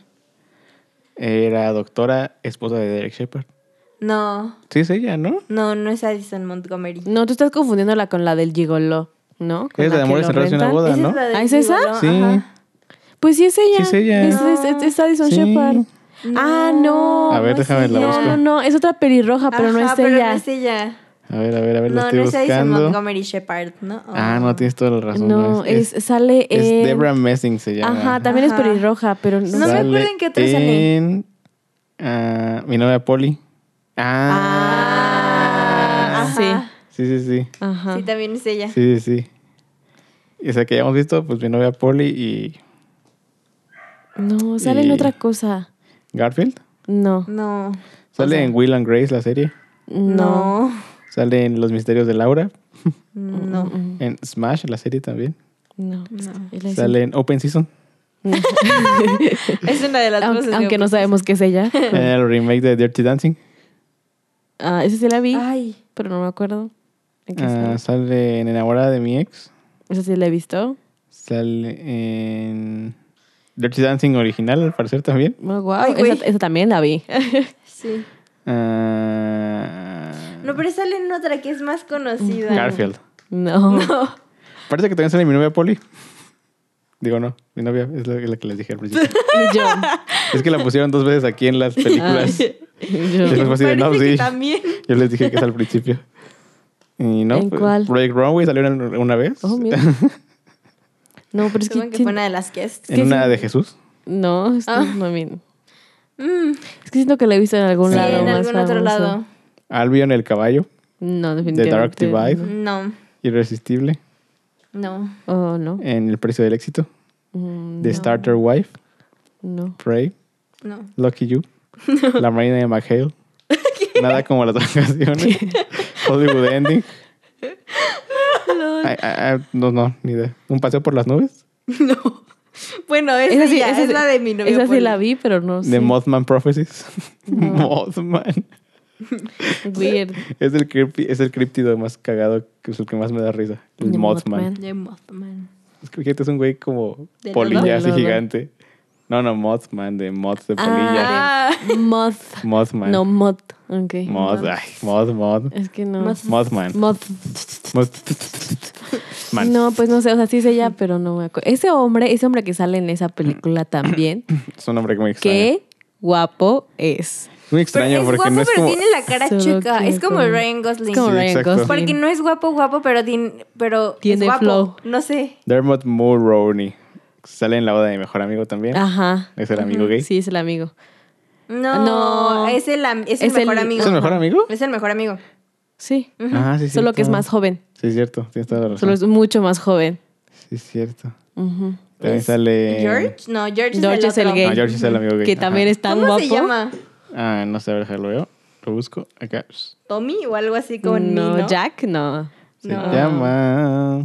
Era doctora, esposa de Derek Shepard.
No,
Sí, es ella, ¿no?
no, no es Addison Montgomery.
No, tú estás confundiéndola con la del Gigoló, ¿no? Con
Es
la
la de
que
Amores
lo
Cerrados y una
rentan.
boda,
Esa
¿no?
es la del
¿Ah, es esa?
Gigolo,
Sí.
ajá.
Pues sí es ella.
Sí es ella.
Es, es- es Addison
Sí.
Shepard.
No,
Ah, no.
A ver,
no es
déjame la
ella.
No,
busco.
no, no, es otra pelirroja, pero no es
Ajá,
ella.
no es ella.
A ver, a ver, a ver,
No,
la estoy
no es Addison
buscando.
Montgomery Shepard, ¿no? Oh.
Ah, no, tienes toda la razón.
No, es, sale
es
en-
Debra Messing se llama.
Ajá, también
Ajá.
es pelirroja, pero no.
No me
Sale
acuerdo en qué otra sale.
en, ah, mi novia Polly. Ah.
Ajá.
Sí.
Sí, sí, sí.
Ajá.
Sí, también es ella.
Sí, sí, sí. Y esa que ya hemos visto, pues mi novia Polly y
No, sale en
Y-
otra cosa.
Garfield.
No.
No.
Sale en Will and Grace, la serie.
No. Mm,
No.
Sale en Los Misterios de Laura.
No.
En Smash, la serie también.
No.
Sale en Open Season.
Es una de las
Aunque,
cosas
aunque no sabemos qué es ella.
en el remake de Dirty Dancing.
Ah, esa sí la vi,
Ay.
pero no me acuerdo. ¿En qué
Ah,
sale?
sale en Enamorada de mi ex.
Esa sí la he visto.
Sale en Dirty Dancing original, al parecer también.
Oh, wow.
Ay, güey.
esa, esa también la vi.
Sí.
Ah,
No, pero sale en otra que es más conocida.
Mm, Garfield.
No.
Parece que también sale mi novia Polly. Digo, no, mi novia es la, es la que les dije al principio.
Y yo.
es que la pusieron dos veces aquí en las películas.
Y yo.
Yo les, fue así de, no,
Parece que
sí.
también.
Yo les dije que es al principio. Y no,
¿En
pues,
cuál?
Project Runway salió una, una vez.
Oh, mira. No, pero es que.
Supongo que fue una de las que es.
en una de Jesús.
No, es,
Ah.
no, I mean,
Mm,
es que siento que la he visto en algún
sí,
lado.
en
más
algún otro
famoso.
lado.
Albion el caballo.
No, definitivamente.
The Dark Divide.
No,
Irresistible.
no.
no. Oh, no.
En El precio del éxito.
Mm,
The Starter Wife.
no.
Prey.
No.
Lucky You. La Marina de McHale. Nada como las vacaciones. Hollywood Ending. Ay, ay, ay, no, no, ni idea. ¿Un paseo por las nubes?
No. Bueno, esa,
Esa sí,
ya,
esa
es
sí-
la de mi novio.
Esa sí
Poli.
la vi, pero no sé.
De Mothman Prophecies. Mothman.
Weird.
Es el, creepy- es el críptido más cagado, que es el que más me da risa. El
The
Mothman.
Mothman.
De Mothman.
Es que fíjate, es un güey como
¿De
polilla
lodo?
así
Lodo.
gigante. No, no, Mothman, de Moth de polilla.
Ah,
Moth.
Mothman.
No, mod. Ok.
Moth, ay, Moth, Moth.
Es que no.
Moth.
Mothman.
Moth.
Moth- Man.
No, pues no sé, o sea, sí sé ya, pero no me acuerdo. Ese hombre, ese hombre que sale en esa película también,
Es un hombre muy extraño.
qué guapo es.
Es
pero
muy extraño
es
porque
guapo,
no es
pero
como...
tiene la cara
Solo
chica.
que
Es como
como-
Ryan Gosling.
Es como
Sí,
Ryan
exacto.
Gosling.
Porque no es guapo, guapo, pero tiene, pero
Tiene
es guapo.
flow.
No sé.
Dermot Mulroney. Sale en la boda de mi mejor amigo también.
Ah, Ajá.
¿Es el amigo gay?
Sí, es el amigo.
No,
Ah, No.
es el, am- es el
Es
mejor
el-
amigo.
¿Es el mejor amigo?
Es el mejor amigo.
Sí.
Ah, sí,
Solo que es
cierto.
más joven.
Sí, es cierto. Tienes toda la razón.
Solo es mucho más joven.
Sí, es cierto.
Ujú.
También
Es-
sale...
George, no, George,
George es el
otro.
gay.
Ah, George es el amigo gay.
Que también
Ajá.
es tan
¿Cómo
guapo.
se llama?
Ah, no sé, a ver, déjalo veo. Lo busco acá. Sí,
Tommy o algo así
No,
con Nino.
Jack, no.
Se
No.
llama...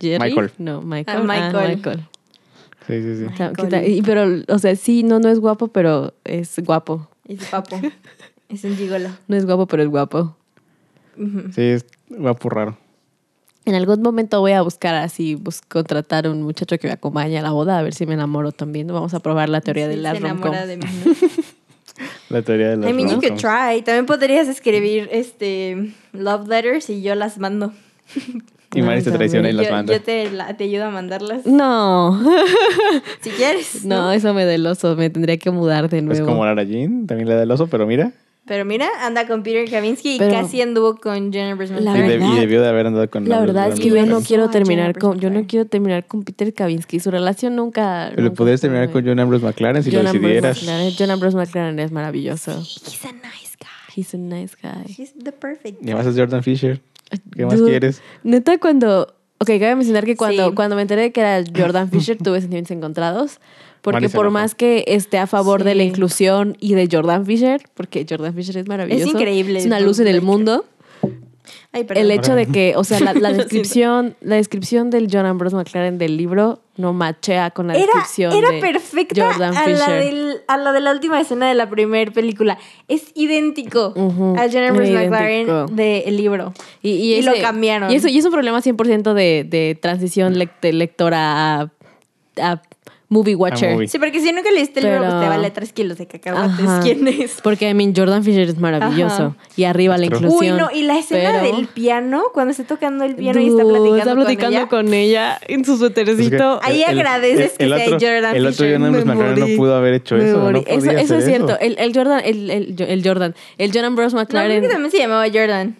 Jerry,
Michael.
No, Michael.
Ah, Michael.
Ah, Michael.
Sí, sí, sí.
Ta- que
Michael.
ta- y- Pero, o sea, sí, no, no es guapo, pero es guapo.
Es papo. es un gigolo.
No es guapo, pero es guapo.
Ujú.
Sí, es guapo raro.
En algún momento voy a buscar así, bus- contratar a un muchacho que me acompañe a la boda, a ver si me enamoro también. Vamos a probar la teoría de
Sí,
la
se
rom
enamora de mí. ¿no?
La teoría de las
I mean, you could
rom-coms.
try. También podrías escribir este love letters y yo las mando.
Y Mari te
Ay,
traiciona y
también.
las
yo,
manda.
yo te, la- te ayudo a mandarlas
No,
si quieres.
no, eso me da el oso. Me tendría que mudar de
Es
nuevo.
como Lara Jean, también la del oso, pero mira.
Pero mira, anda con Peter Kavinsky
Pero-
y casi anduvo con Jennifer Smith.
La
Y, de-
verdad-
y debió de haber andado con
la verdad es que yo
Yes.
no quiero
No,
terminar
Jennifer
con, yo no
McLaren.
quiero terminar con Peter Kavinsky. Su relación nunca.
Pero
nunca
podrías
fue-
terminar con John Ambrose McLaren si
John
lo
Ambrose
decidieras.
McLaren. John Ambrose McLaren es maravilloso.
He's a nice guy.
He's a nice guy.
He's the perfect.
Y además es Jordan Fisher. ¿Qué más
Dude,
quieres?
Neta, cuando. Ok, cabe mencionar que cuando,
Sí.
cuando me enteré de que era Jordan Fisher tuve sentimientos encontrados. Porque
Mari se
por
enojó.
más que esté a favor de la
Sí.
inclusión y de Jordan Fisher, porque Jordan Fisher es maravilloso.
increíble,
Es una
dude,
luz en el
like-
mundo.
Ay, perdón.
El hecho de que, o sea, la, la
Lo
descripción, la descripción del John Ambrose McLaren del libro no machea con la descripción
era,
de
era perfecta
Jordan
a la,
Fisher.
del- a la de la última escena de la primera película. Es idéntico
Ujú,
a Jennifer
era idéntico.
McLaren del libro.
Y,
Y lo
ese-
cambiaron.
Y, eso, y es un problema 100% de, de transición lec- de lectora a, a movie watcher.
movie.
Sí, porque si nunca leíste el libro,
Pero-
pues te vale tres kilos de cacahuates.
Ajá.
¿Quién es?
Porque, I mean, Jordan Fisher es maravilloso.
Ajá.
Y arriba la
Uy,
inclusión.
Uy, no, y la escena
Pero-
del piano, cuando está tocando el piano y está
Dude,
platicando,
está platicando
con, ella.
con ella en su suétercito.
Ahí agradeces que sea
otro,
Jordan
El otro
Fisher.
Jordan Ambrose
Me
McLaren no
morí.
pudo haber hecho
Me
eso. no
morí.
podía
eso, eso
hacer
es cierto. El, el Jordan, el, el, el Jordan, el John Ambrose
No,
McLaren.
creo que también se llamaba Jordan.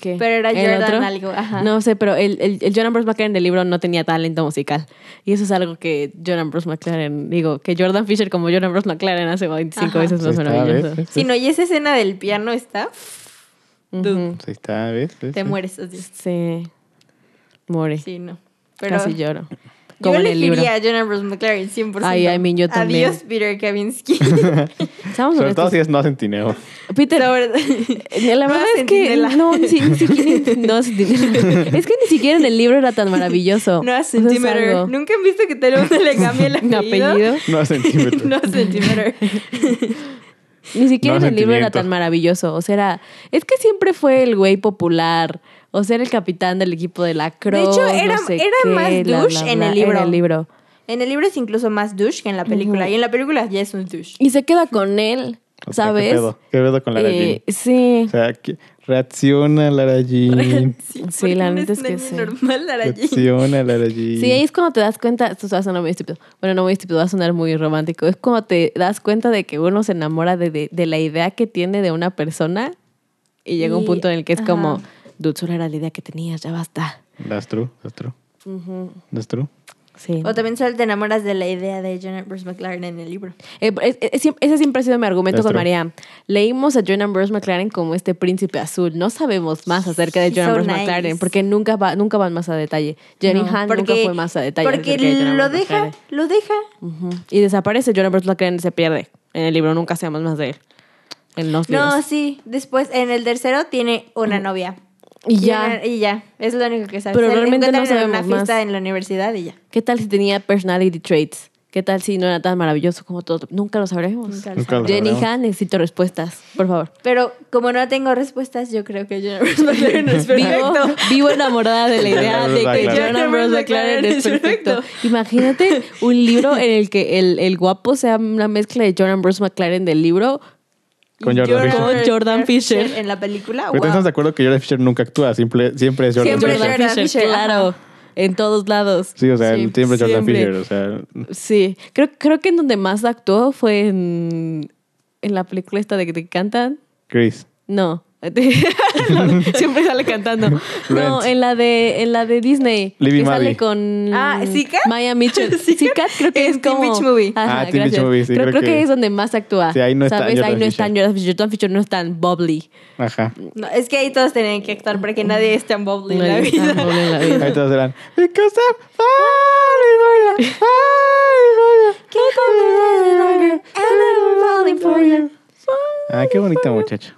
¿Qué?
Pero era
¿El
Jordan
otro?
algo, ajá.
No sé, pero el, el, el John Ambrose McLaren del libro no tenía talento musical. Y eso es algo que John Ambrose McLaren, digo, que Jordan Fisher como John Ambrose McLaren hace 25
Ajá.
veces
Sí
más
está,
maravilloso.
¿ves?
Si no, y esa escena del piano está,
Ujú.
Sí, está, ¿ves? ¿Ves?
te mueres. así.
Sí. More.
Sí, no. Pero
Casi lloro.
yo
Como en el libro.
elegiría a John Ambrose McLaren 100%.
Ay, I mean, yo también.
Adiós, Peter Kavinsky.
Estamos
Sobre todo
honestos.
si es no centineo.
Peter,
La verdad.
Eh, La
No
verdad es que
Ah, sentinela.
no, ni, si- ni siquiera, no, sentinela. es que ni siquiera en el libro era tan maravilloso.
No a
Eso es algo.
Centimeter. ¿Nunca han visto que todo el mundo le cambia el
Un
apellido?
apellido.
No centímetro.
no a Centimeter.
Ni siquiera
No
en el libro era
sentimiento.
tan maravilloso. O sea, era, es que siempre fue el güey popular. O sea, era el capitán del equipo de la Crow.
De hecho,
no
era-
sé
era
qué,
más
bla,
douche
bla,
en
bla,
el libro.
En el libro.
En el libro es incluso más douche que en la película. Y en la película ya es un douche.
Y se queda con él,
O sea,
¿sabes?
¿Qué pedo? ¿Qué pedo con Lara
Eh,
Jean?
sí.
O sea, que- reacciona Lara Jean.
Sí,
Sí, la neta es que sí.
sí. normal Lara Jean.
Reacciona Lara Jean.
Sí, ahí es cuando te das cuenta, esto va a sonar muy estúpido, bueno, no muy estúpido, va a sonar muy romántico, es cuando te das cuenta de que uno se enamora de, de- de la idea que tiene de una persona y llega un
Y-
punto en el que es como,
ajá.
dude, solo era la idea que tenías, ya basta.
That's true, that's true,
Ujú,
that's true.
Sí.
O también solo te enamoras de la idea de John Bruce McLaren en el libro.
Eh, es- es- es- ese siempre ha sido mi argumento
That's
con
true.
María. Leímos a John Ambrose McLaren como este príncipe azul. No sabemos más acerca de
He's
John
so
Ambrose
nice.
McLaren porque nunca, va, nunca van más a detalle. Jenny
No,
Han nunca fue más a detalle.
Porque
acerca de John
lo
Ambrose
deja,
McLaren.
lo deja.
Ujú. Y desaparece John Ambrose McLaren y se pierde. En el libro nunca sabemos más de él. En los
No,
libros.
sí. Después, en el tercero tiene una novia.
Mm. Y ya.
en- Y ya. Es lo único que sabes.
Pero
Se la
realmente no
encuentran en
sabemos
una fiesta
más.
en la universidad y ya.
¿Qué tal si tenía personality traits? ¿Qué tal si no era tan maravilloso como todo? Nunca lo sabremos.
Nunca lo
Nunca
sabes.
lo
Jenny
sabremos.
Han, necesito respuestas, por favor.
Pero como no tengo respuestas, yo creo que Jennifer McLaren es
Vivo,
perfecto.
vivo enamorada de la idea
Jennifer
de que
McLaren.
John
Jennifer
Ambrose McLaren
McLaren
es
es
perfecto. Imagínate un libro en el que el, el guapo sea una mezcla de John Ambrose McLaren del libro.
Con Jordan Fisher.
Con Jordan Fisher.
En la película.
Pero
guau.
estamos de acuerdo que Jordan Fisher nunca actúa, siempre, siempre es Jordan
Siempre
Fisher.
Jordan Fisher, claro. En todos lados.
Sí, o sea,
Sí,
siempre es Jordan
siempre.
Fisher. O sea,
Sí, creo, creo que en donde más actuó fue en, en la película esta de que te cantan.
Chris.
No. Siempre sale cantando. No,
Rent.
en la de, en la de Disney.
Living
que sale
Maddie.
con
Ah, ¿Sikat?
Maya Mitchell.
¿Sikat?
Sikat creo que
En
es
Teen
como.
Beach Movie.
Ajá,
Ah, Teen Beach
gracias.
Movie, sí,
creo,
creo
creo que...
que-
es donde más actúa.
Sí, ahí no está
¿Sabes? ahí
Jordan
no está
Fisher.
Jordan Fisher. Jordan Fisher no es tan bubbly.
Ajá.
No, es que ahí todos tienen que actuar porque nadie es tan bubbly en
Nadie
la
es tan
vida.
bubbly en la vida.
Ahí todos eran. Because I'm falling for you. falling for you.
Can't hold it any longer, I'm falling for you.
Ah, qué bonita muchacha.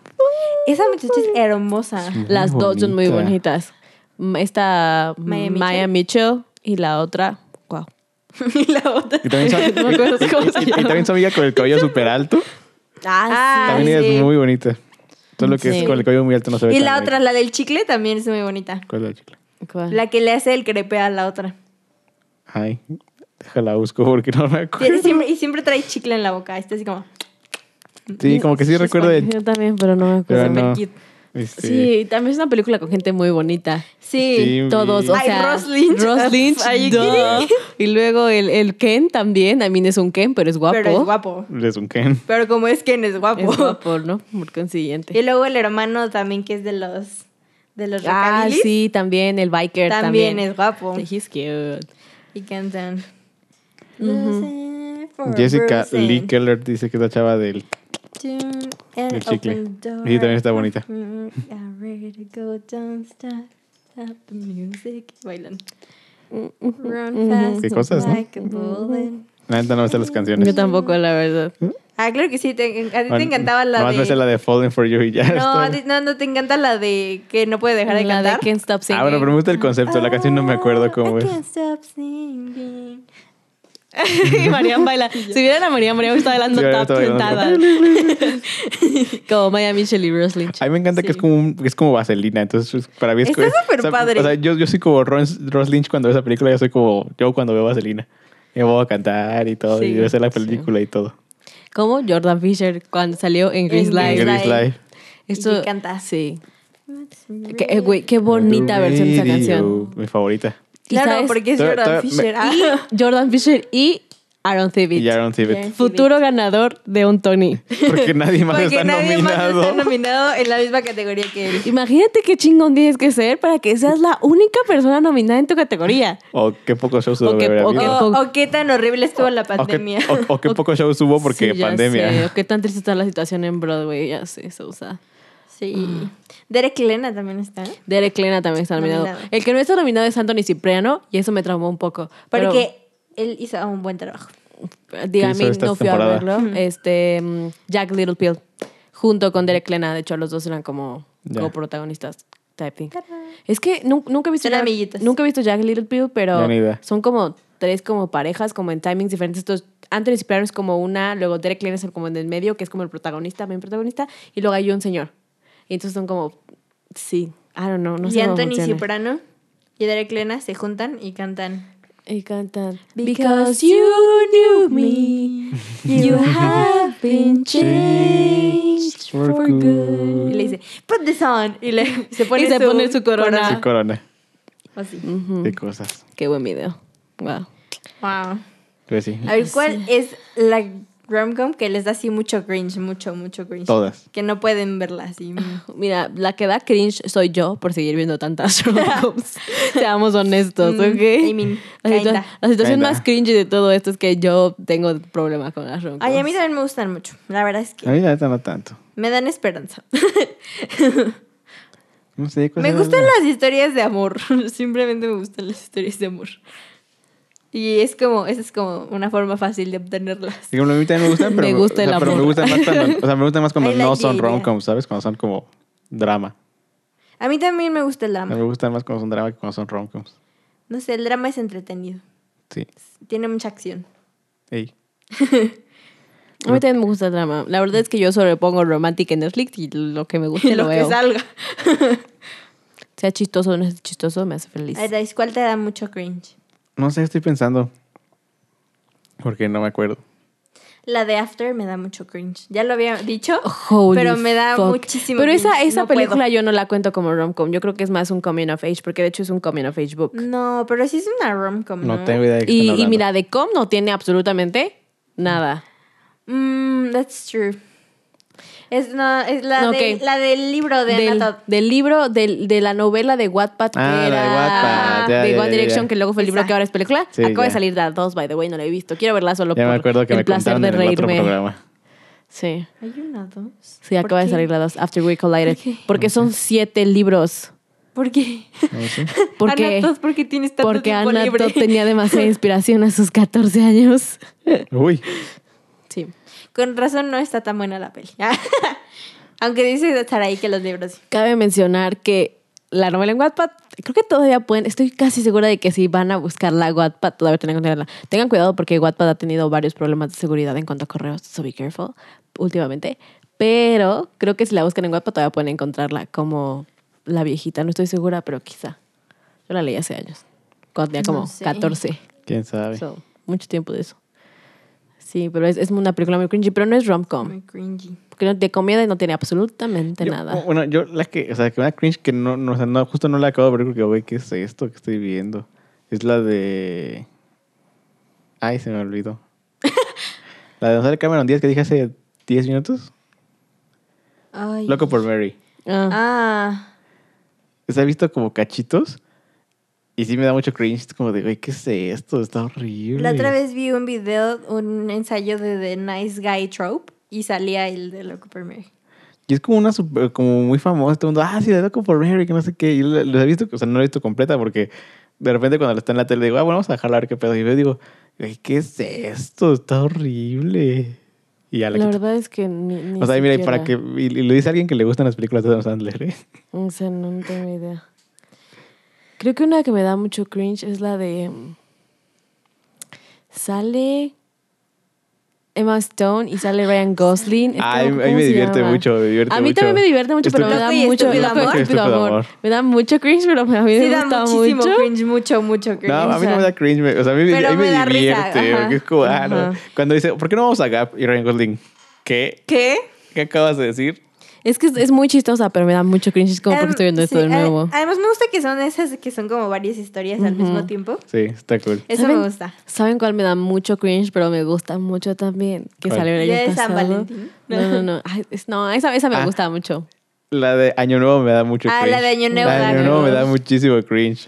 Esa muchacha es hermosa.
Muy
Las dos son muy
bonita.
bonitas. M- Esta mm, Maya
Maya
Mitchell,
Mitchell.
y la otra, wow.
y la otra.
Y también, son,
No me acuerdo cómo se
y- y- y
llama.
también su amiga con el cabello súper alto.
Ah,
También ella
sí.
es muy bonita. Solo que
Sí.
es con el cabello muy alto no se ve
Y
tan
la
bonita.
otra, la del chicle, también es muy bonita.
¿Cuál es la chica?
¿Cuál?
La que le hace el crepe a la otra.
Ay, déjala busco porque no me
Tiene-
acuerdo.
siempre- y siempre trae chicle en la boca. Está así como.
Sí, como que sí recuerdo de...
Yo también, pero no me acuerdo.
Pero no.
cute.
este,
Sí, y también es una película con gente muy bonita.
Sí.
Sí.
Todos, o
Ay,
sea,
Ross Lynch.
Ross Lynch,
Are you
duh.
kidding?
y luego el, el Ken también, también es un Ken, pero es guapo.
Pero es guapo.
Es un Ken.
Pero como es Ken, es guapo.
Es guapo, ¿no? Por consiguiente.
Y luego el hermano también, que es de los. De los
ah,
rockabillys,
sí, también el biker también.
También es guapo.
He's cute.
Y cantan. Losing for
Jessica
bruising.
Lee Keller dice que es la chava del...
Tune and
El chicle.
open door.
Y también está bonita.
Mm, I'm ready to go, don't stop, stop the music. Bailan. Run fast
Qué cosas, ¿no?
like a bullet.
La neta no me sé las canciones.
Yo tampoco, la verdad.
Ah, claro que sí. te- a ti
Bueno,
te encantaba la
nomás me sé
de...
la de Falling For You y ya
no,
está.
a ti- no, no, te encanta la de que no puede dejar de
la
cantar. Oh,
de Can't Stop Singing.
Ah, bueno, pero me gusta el concepto. La canción no me acuerdo cómo
I
es.
can't stop singing.
y Marian baila. Si vieran a Marian, Marian está bailando
Sí, Marian
tap
está
sentada. como Maya Mitchell y Ross Lynch.
A mí me encanta que es como un- que es como vaselina, entonces es- para mí es
Está
es-
súper
o sea,
padre.
O sea, yo, yo soy como Ron- Ross, Lynch cuando veo esa película, yo soy como yo cuando veo vaselina. Yo voy a cantar y todo,
Sí,
y voy a hacer la
sí.
película y todo.
Como Jordan Fisher cuando salió en Green
En Grey's Life.
Life.
Grey's Life.
Esto,
Y que canta.
Sí. Qué, eh, güey, qué bonita
Do
versión de esa
radio,
canción.
Mi favorita.
¿Y
Claro,
sabes?
porque es
Todavía-
Jordan
todavía me-
Fisher. Ah,
Jordan Fisher y Aaron Tippett.
Y Aaron Tippett.
Aaron-
Futuro ganador de un Tony.
Porque nadie más
porque
está
nadie más
nominado.
está nominado en la misma categoría que él.
Imagínate qué chingón tienes que ser para que seas la única persona nominada en tu categoría.
O qué pocos shows
O
hubo.
qué
¿verdad?
poco-
Bien.
po-
O, o Oh, qué tan horrible estuvo la
O qué- oh.
pandemia.
o- o qué pocos shows hubo
Sí,
porque
ya sé.
pandemia.
Qué tan triste está la situación en Broadway. Ya sé, Sousa.
Sí. Derek Lena también está.
Derek Lena también está nominado.
Nominado.
El que no está nominado es Anthony Cipriano y eso me traumó un poco.
Porque él hizo un buen trabajo.
Pero, diga, a
¿Qué
mí
hizo esta
no fui a
temporada?
verlo. Este, mm, Jack Littlefield junto con Derek Lena. De hecho, los dos eran como
Ya.
coprotagonistas. Type thing. Es que nu- nunca he visto
Son
Jack,
amiguitos.
nunca he visto Jack Littlefield, pero
Ya ni idea.
son como tres como parejas, como en timings diferentes. Estos, Anthony Cipriano es como una, luego Derek Lena es el como en el medio, que es como el protagonista, main protagonista, y luego hay un señor. Y entonces son como, sí, I don't know, no sé
y
cómo
Anthony
funciona.
Soprano y Derek Lena se juntan y cantan.
Y cantan
Because you
knew
me,
you have been
changed for good.
Y le dice, put this on. Y, le, se, pone
Mm. Y se pone su corona.
Su corona.
Así.
Mm.
Qué cosas.
Qué buen video. Wow.
Wow.
Pues sí.
A ver, ¿cuál es la rom-com que les da así mucho cringe? Mucho, mucho cringe.
Todas.
Que no pueden verla así. mm.
Mira, la que da cringe soy yo por seguir viendo tantas rom-coms. Seamos honestos,
Mm,
¿ok?
I mean,
la, situa-
kinda.
la situación
Kinda.
más cringe de todo esto es que yo tengo problemas con las rom-coms.
Ay, a mí también me gustan mucho. La verdad es
A
que
mí la neta no tanto.
me dan esperanza.
No sé, ¿cuál
Me
era
gustan
la-
las historias de amor. Simplemente me gustan las historias de amor. Y es como, esa es como una forma fácil de obtenerlas.
Digo, a mí también me gustan, pero
Me gusta
o sea,
el
pero me
amor.
gustan más cuando, o sea, me gustan más cuando
I like
no
the
son
idea.
rom-com, ¿sabes? Cuando son como drama.
A mí también me gusta el
A mí
drama.
Me gustan más cuando son drama que cuando son rom-coms.
No sé, el drama es entretenido.
Sí.
Tiene mucha acción.
Ey.
A mí también me gusta el drama. La verdad es que yo sobrepongo romantic en Netflix y lo que me guste lo,
lo que
veo.
salga.
Sea chistoso o no sea chistoso, me hace feliz.
Ay, Dais, ¿Cuál te da mucho cringe?
No sé, estoy pensando. Porque no me acuerdo.
La de After me da mucho cringe. Ya lo había dicho.
Holy
Pero me da
fuck.
muchísimo
Pero esa,
cringe,
esa
no
película
puedo.
yo no la cuento como rom-com. Yo creo que es más un coming of age, porque de hecho es un coming of age book.
No, pero sí es una rom-com,
No,
¿no?
tengo idea de qué
Y,
están
y
hablando.
mira, de com no tiene absolutamente nada.
Mm, that's true. Es, no, es la,
Ok.
de- la del libro de
Del,
Anna Todd.
del libro, del- de la novela de Wattpad que
Ah, la de
era
Wattpad. Ya,
de
ya,
One
ya, ya.
Direction, que luego fue el libro
Esa.
que ahora es película.
Sí,
Acaba
ya.
de salir That 2, by the way, no la he visto. Quiero verla solo
Ya
por
me acuerdo que
el
me
placer
contaron
de
en el otro
reírme.
programa.
Sí.
Hay una, dos.
Sí,
¿Por
acaba de
qué?
salir la 2, After We Collided.
¿Por qué?
Porque son siete libros.
¿Por qué?
No sé.
Porque,
Ana Todd, ¿por qué tienes tanto
porque
tiempo
Anna
libre?
Todd tenía demasiada inspiración a sus 14 años.
Uy.
Sí.
Con razón no está tan buena la peli. Aunque dice estar ahí que los libros. sí.
Cabe mencionar que la novela en Wattpad, creo que todavía pueden, estoy casi segura de que si van a buscar la Wattpad, todavía tienen que tenerla. Tengan cuidado porque Wattpad ha tenido varios problemas de seguridad en cuanto a correos, so be careful, últimamente. Pero creo que si la buscan en Wattpad todavía pueden encontrarla como la viejita, no estoy segura, pero quizá. Yo la leí hace años, cuando tenía como
No sé.
14.
¿Quién sabe?
So, mucho tiempo de eso. Sí, pero es, es una película muy cringy, pero no es rom-com.
Muy cringy.
Porque no- de comedia no tiene absolutamente
Yo-
nada.
o- Bueno, yo la que, o sea, que me da cringe que no, no, o sea, no, justo no la acabo de ver porque, güey, ¿qué es esto que estoy viendo? Es la de... Ay, se me olvidó. la de Gonzalo Cameron Díaz que dije hace 10 minutos.
Ay.
Loco por Mary.
Ah.
Ah.
Se ha visto como cachitos y sí me da mucho cringe. es Como de, güey, ¿qué es esto? Está horrible.
La otra vez vi un video, un ensayo de The Nice Guy Trope y salía el de Loco por Mary.
Y es como una super- como muy famosa. Todo el mundo, ah, sí, la de Loco por Mary, que no sé qué. Y la- los he visto, o sea, no la he visto completa porque de repente cuando está en la tele digo, ah, bueno, vamos a dejarla a ver qué pedo. Y yo digo, güey, ¿qué es esto? Está horrible. Y ya la,
La
quito.
verdad es que ni, ni
O sea, y mira, y
siquiera-
para que. Y, y lo dice alguien que le gustan las películas de Adam Sandler, ¿eh?
O sea, no tengo idea. Creo que una que me da mucho cringe es la de... mm, Sale Emma Stone y sale Ryan Gosling. Esta-
Ay, a mí
¿cómo
me
se
divierte
llama?
mucho, me divierte
a mí también
mucho.
me divierte mucho, pero me
Estúpido
da
y
mucho
estúpido
loco y
amor.
estúpido
Estúpido
amor.
amor.
Me da mucho cringe, pero a mí me
Sí, da
gusta
muchísimo
mucho.
cringe, mucho, mucho cringe.
No, a mí no me da cringe. me- o sea, a mí, me-
Pero
a mí me,
me da risa,
divierte.
ajá.
porque es como, ah, no.
Ajá.
Cuando dice, ¿por qué no vamos a Gap? Y Ryan Gosling, ¿qué?
¿Qué?
¿Qué acabas de decir?
Es que es, es muy chistosa, pero me da mucho cringe. Es como
Em,
porque estoy viendo esto
sí,
de
a-
nuevo.
Además me gusta que son esas que son como varias historias al mismo tiempo.
Sí, está cool.
Eso
¿Saben?
me gusta.
¿Saben cuál me da mucho cringe, pero me gusta mucho también? Que
¿Cuál?
salió el
¿Ya
año
de San
pasado.
Valentín?
No, no, no. Ay, es- no, esa, esa me
Ah.
gusta mucho.
La de Año Nuevo me da mucho
Ah,
cringe.
la de Año Nuevo
La de
da
Año Nuevo me da
cringe.
muchísimo cringe.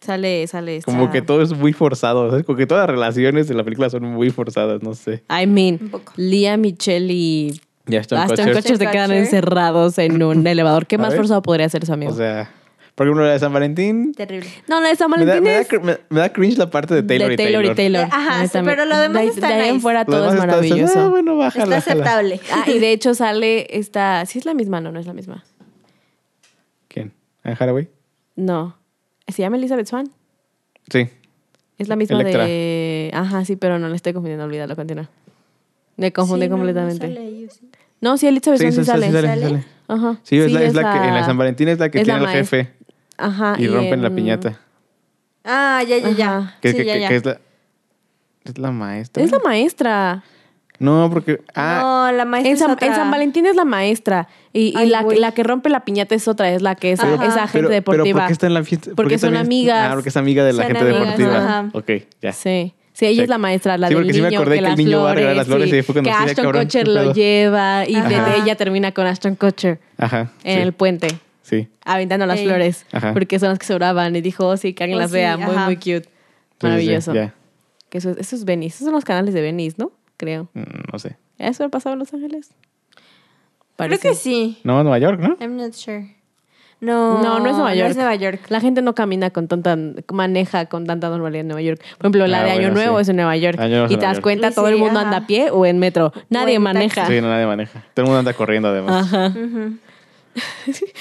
Sale, sale. esta-
Como que todo es muy forzado. ¿sabes? Como que todas las relaciones de la película son muy forzadas, no sé.
I
Un
mean,
poco.
Leah Michelle y
Ya está
Aston Kutcher se
Ashton
quedan
Kutcher.
encerrados en un elevador. ¿Qué más
¿Sabes?
forzado podría ser eso, amigo?
O sea, por ejemplo, la de San Valentín.
Terrible.
no, la de San
Me da,
Valentín
me da
es
cr- me- me da cringe la parte de Taylor,
de
y Taylor.
Taylor y Taylor.
Ajá,
Ahí
sí,
también.
pero lo demás
de,
está
de ahí en
nice.
fuera
Lo
todo es
demás está- está-
maravilloso.
ah, bueno, bájala,
Está
bájala.
aceptable.
Ah, y de hecho sale esta... ¿Sí es la misma? No, no es la misma.
¿Quién? ¿Anne Haraway?
No. ¿Se llama Elizabeth Swan?
Sí.
Es la misma
Electra.
de. Ajá, sí, pero no la estoy confundiendo, olvídalo, continúa. Me confundí
Sí, no, no
completamente. No,
sale ahí, sí.
sí, Elizabeth Swan sí,
Sí, sí, sí,
Pues sale.
sí sale, sí sale.
Ajá.
Sí, es, la, es la que en la San Valentín es la que
es la
tiene al
maestra.
jefe
Ajá.
y rompen la
en-
piñata.
Ah, ya, ya, ya.
Ajá.
Que,
Sí,
que-
ya,
que-
ya.
que es la es la maestra.
Es la maestra.
No, porque ah,
no, la maestra Ah,
En
es
San, en
otra.
San Valentín es la maestra. Y, y
Ay,
la,
güey.
la que rompe la piñata es otra, es la que es,
Pero-
es agente
pero,
deportiva.
Pero ¿por qué está en la fiesta? ¿Por
Porque
qué
son
también-
amigas.
Ah, porque es amiga de la
Son
gente
amigas,
deportiva. Ah,
ajá.
Ok, ya.
Sí. Sí, ella es la maestra, la
Sí,
del
porque sí
niño,
me acordé
que,
que el
las
niño va a
flores,
regalar las flores y ahí fue cuando
que
sí, ay,
Ashton
cabrón,
Kutcher
qué
lo
pedo.
lleva y de-
Ajá.
ella termina con Ashton Kutcher
Ajá.
en
sí,
el puente.
sí.
aventando las
Ey.
flores
Ajá.
porque son las que sobraban y dijo oh, sí que alguien
Oh,
las
sí,
vea muy
ajá.
muy cute
Entonces, sí,
maravilloso
ya.
que eso, es- eso es Venice esos son los canales de Venice no creo
Mm, No sé.
eso ha pasado en Los Ángeles
Creo que sí.
No, Nueva York, ¿no?
I'm not sure. No,
No, no es Nueva York.
No es Nueva York.
La gente no camina con tanta, maneja con tanta normalidad en Nueva York. Por ejemplo, la
Ah,
de Año
bueno,
Nuevo
sí.
es en Nueva York.
Año Nuevo es
y
en
te
Nueva
das
York.
cuenta,
Sí,
todo el
sí,
mundo
ajá.
anda a pie o en metro. Nadie
en
maneja.
Sí, no, nadie maneja. Todo el mundo anda corriendo además.
Ajá.
Ujú.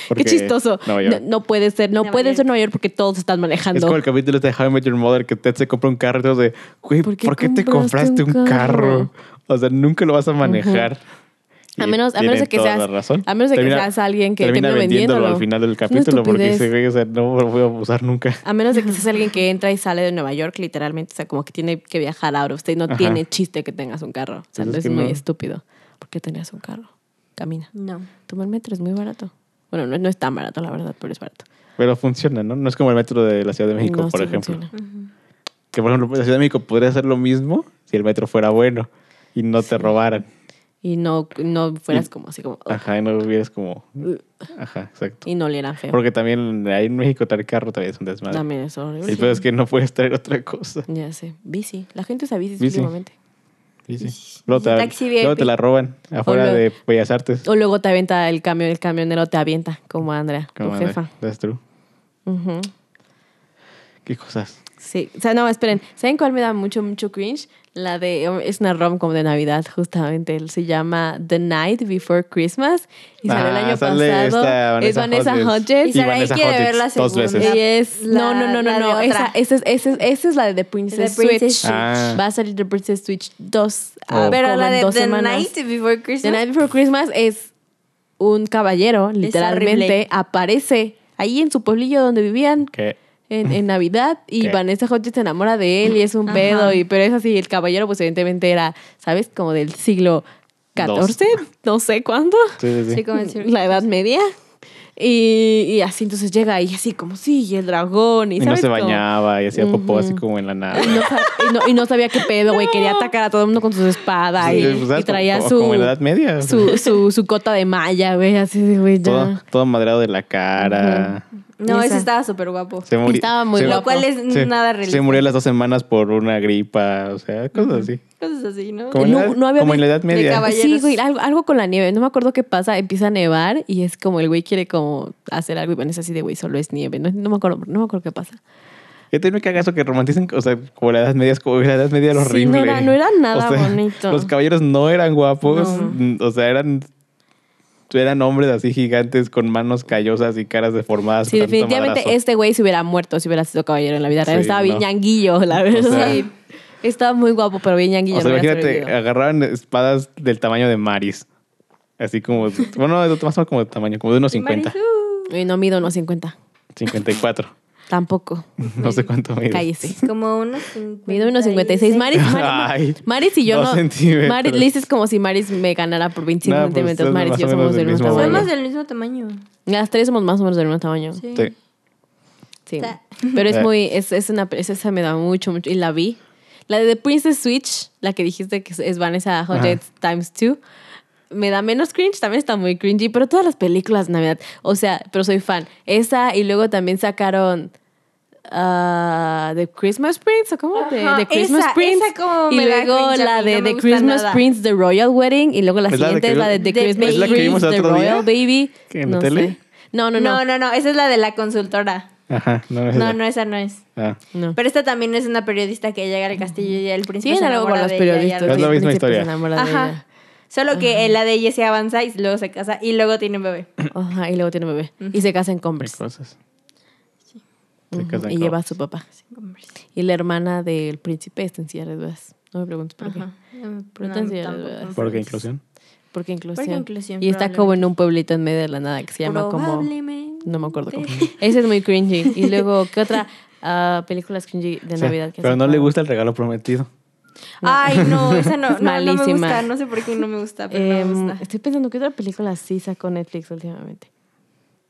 Porque
Qué chistoso.
Nueva
No,
York.
no puede ser, no
Nueva
puede
York.
ser Nueva York porque todos están manejando.
Es como el capítulo este de How I Met Your Mother que Ted se compra un carro y todos de, güey, ¿por qué, te compraste un carro? O sea, nunca lo vas a manejar.
A
Y
menos, a
tiene
menos de que
toda
seas,
la razón.
a menos de que
Termina-
seas alguien que
termina
termine
vendiéndolo al final del
Es una
capítulo porque dice,
estupidez.
güey, o sea, no lo voy a usar nunca.
A menos de que seas alguien que entra y sale de Nueva York, literalmente, o sea, como que tiene que viajar ahora. Usted no
Ajá.
tiene chiste que tengas un carro. O sea,
Pues es
es
que
muy
no.
estúpido. ¿Por qué tenías un carro? Camina.
No.
Tomar metro es muy barato. Bueno, no, no es tan barato, la verdad, pero es barato.
Pero funciona, ¿no? No es como el metro de la Ciudad de México,
No,
por
sí
ejemplo.
funciona.
Que, por ejemplo, la Ciudad de México podría hacer lo mismo si el metro fuera bueno y no te robaran.
Y no, no fueras
Y- Ah.
como así, como.
Ajá, y no hubieras como... Ajá, exacto.
Oh. Y no olieran feo.
Porque también ahí en México traer carro también es un desmadre.
También es horrible.
El peor es que no puedes traer otra cosa.
Ya sé. Bici. La gente usa bici,
Bici.
últimamente.
Sí, sí. Luego te,
Taxi
luego te
VIP.
la roban afuera
luego-
de Bellas Artes.
O luego te avienta el camión, el camionero te avienta, como Andrea,
Come
tu
on,
jefa.
That's true.
Ujú.
¿Qué cosas?
Sí, o sea, no, esperen. ¿Saben cuál me da mucho, mucho cringe? La de, es una rom como de Navidad, justamente. Él se llama The Night Before Christmas. Y salió el
Ah,
año
sale esta
pasado. Es Vanessa
Y
Hodges.
Sarah quiere ver la
dos
segunda.
veces.
Y es,
La-
no, no, no,
la
no, no.
de
Esa,
otra.
esa, es- esa es- esa es la de The Princess,
Princess
Switch.
Switch.
Ah.
Va a salir The Princess Switch ah, 2.
Oh.
Ah, Pero la de The
Night
Night Before Christmas.
The Night Before Christmas es un caballero, literalmente,
horrible.
aparece ahí en su pueblillo donde vivían
¿Qué?
en, en Navidad y
¿Qué?
Vanessa Hodges se enamora de él y es un
Ajá.
pedo, y, pero es así, el caballero pues evidentemente era, ¿sabes? Como del siglo XIV, no sé cuándo,
Sí, sí, sí.
Sí, como el circo.
la Edad Media. Y, y así entonces llega y así como sí, y el dragón y,
y no
¿sabes?
se
Como-
bañaba y hacía popó así
Ujú.
como en la nada.
y no, sab- y no- y no sabía qué pedo, güey. Quería atacar a todo el mundo con sus espadas y, y traía
pues, como,
su,
Como en la Edad Media.
su, su, su cota de malla, güey, así de, güey, ya.
todo, todo madrado de la cara.
No,
Esa.
ese estaba súper guapo.
Se muri-
Estaba muy
se-
Lo
guapo.
cual es
se-
nada realista.
Se murió a las dos semanas por una gripa, o sea, cosas así.
Cosas así, ¿no?
Como, en,
No,
la, edad-
no había
como en la
vi-
Edad Media.
caballo.
Pues Sí,
Caballeros.
güey, algo, algo con la nieve. No me acuerdo qué pasa. Empieza a nevar y es como el güey quiere como hacer algo y Vanessa así de, güey, solo es nieve. No, no me acuerdo, no me acuerdo qué pasa.
Yo tengo que haga eso que romanticen, o sea, como la Edad Media, es como la Edad Media era
Sí,
horrible.
no era- no era nada bonito.
Los caballeros no eran guapos, mm, o sea, eran eran hombres así gigantes con manos callosas y caras deformadas.
Sí,
de tanto
definitivamente
madrazo.
este güey se hubiera muerto si hubiera sido caballero en la vida real.
Sí,
Estaba bien
no.
ñanguillo, la verdad.
sea-
Sí. Estaba muy guapo, pero bien ñanguillo.
O sea,
no hubiera
imagínate,
sobrevivido.
agarraban espadas del tamaño de Maris. Así como, bueno, es más o menos como de tamaño, como de unos 50,
Uy, no mido unos 50.
54.
Tampoco.
No sé cuánto mide.
Cállese.
Como unos
Mido unos 56. Maris, Maris,
Ay,
Maris y yo
dos
no.
centímetros.
Maris, Liz es como si Maris me ganara por 25
No, pues,
centímetros.
ustedes
Maris y
más
yo
o menos
somos
del
del mismo
mismo
tamaño.
vuelo.
Somos del mismo tamaño.
Las tres somos más o menos del mismo tamaño.
Sí.
Sí.
Sí.
Ta-
Pero es
Eh.
muy. Es, es una. es- esa me da mucho, mucho. Y la vi. La de The Princess Switch, la que dijiste que es- es Vanessa Hodges Times 2. Me da menos cringe, también está muy cringy, pero todas las películas de Navidad. O sea, pero soy fan. Esa y luego también sacaron. ah, The Christmas Prince, ¿o cómo? The,
Ajá,
The Christmas
esa-
Prince.
esa como
y
me da
luego
cringe a
la
mí,
de
no me
The
gusta
Christmas
nada.
Prince, The Royal Wedding. Y luego la
¿Es la de
siguiente
que
es la de The,
The
Christmas
¿Es la que
vimos
Prince,
el
The
otro día?
Royal Baby.
¿Que en la
no
tele?
sé. No, no, no.
No, no, no, esa es la de la consultora.
Ajá, no es
No,
esa.
no, esa no es.
Ah.
no.
Pero esta también es una periodista que llega al castillo y el príncipe
Tienen
se
algo con
enamora
los
de ella y
periodistas.
algo
Es la
el
misma
príncipe se
historia.
enamora de
así. Ajá.
ella.
Solo que la de ella se avanza y luego se casa y luego tiene un bebé.
Ajá, y luego tiene bebé. Y se casa en
Qué
Converse.
cosas. Se
Pues, Ujú,
casan
Y
con-
lleva a su papá. Y la hermana del príncipe está en silla de ruedas. No me preguntes por qué.
Ajá.
Pero
No,
tan serio,
tampoco.
¿verdad?
¿Por qué inclusión?
Porque inclusión.
Porque inclusión,
y está como en un pueblito en medio de la nada que se llama como...
Probablemente.
No me acuerdo cómo. Ese es muy cringy. Y luego, ¿qué otra ah, película es cringy de
O sea,
Navidad? que
pero
has
no le
sacado?
gusta el regalo prometido.
Ay, no, esa no, no,
Es
no me
malísima.
gusta. No sé por qué no me gusta, pero
Em,
no me gusta.
estoy pensando que otra película sí sacó Netflix últimamente.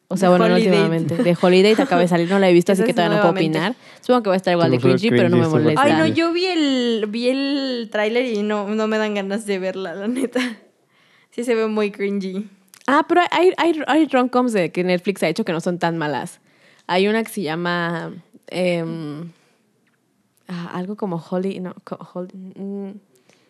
O sea,
The
bueno, no
Holiday.
últimamente. De Holiday te acaba de salir, no la he visto, así
Esa
que
es
todavía no puedo
nuevamente.
opinar. Supongo que va a estar igual de
Estuvo
cringy, pero no me
cringy,
molesta.
súper
Ay, no,
Está.
yo vi el, vi el tráiler y no, no me dan ganas de verla, la neta. Sí se ve muy cringy.
Ah, pero hay, hay, hay rom-coms de que Netflix ha hecho que no son tan malas. Hay una que se llama em, ah, algo como Holly, no, co- Holly, mm,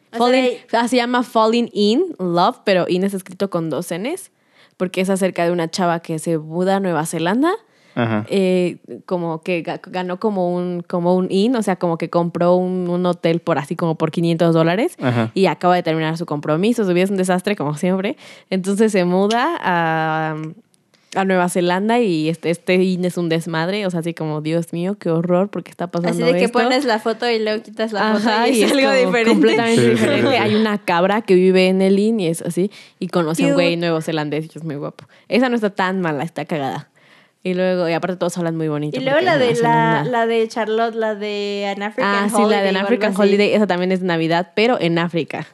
O sea,
Falling-
hay-
ah, se llama Falling in Love, pero in es escrito con dos N's. porque es acerca de una chava que se muda a Nueva Zelanda,
Ajá.
eh, como que ga- ganó como un, como un in, o sea, como que compró un, un hotel por así como por 500 dólares
Ajá.
y acaba de terminar su compromiso, su vida es un desastre como siempre, entonces se muda a, a Nueva Zelanda y este, este in es un desmadre, o sea, así como, Dios mío, qué horror, porque está pasando
Así de que
esto?"
pones la foto y luego quitas la foto
Ajá,
y, es algo
como
diferente.
Completamente
Sí, sí,
diferente.
sí.
Hay una cabra que vive en el IN y es así. Y conoce a un
Cute.
güey nuevo zelandés y es muy guapo. Esa no está tan mala, está cagada. Y luego, y aparte todos hablan muy bonito.
Y luego
porque
la
es
de
Nueva
la,
Zelanda.
la de Charlotte, la de An African
Ah, sí,
Holiday.
la de
o algo
African
así.
Holiday. Esa también es Navidad, pero en África.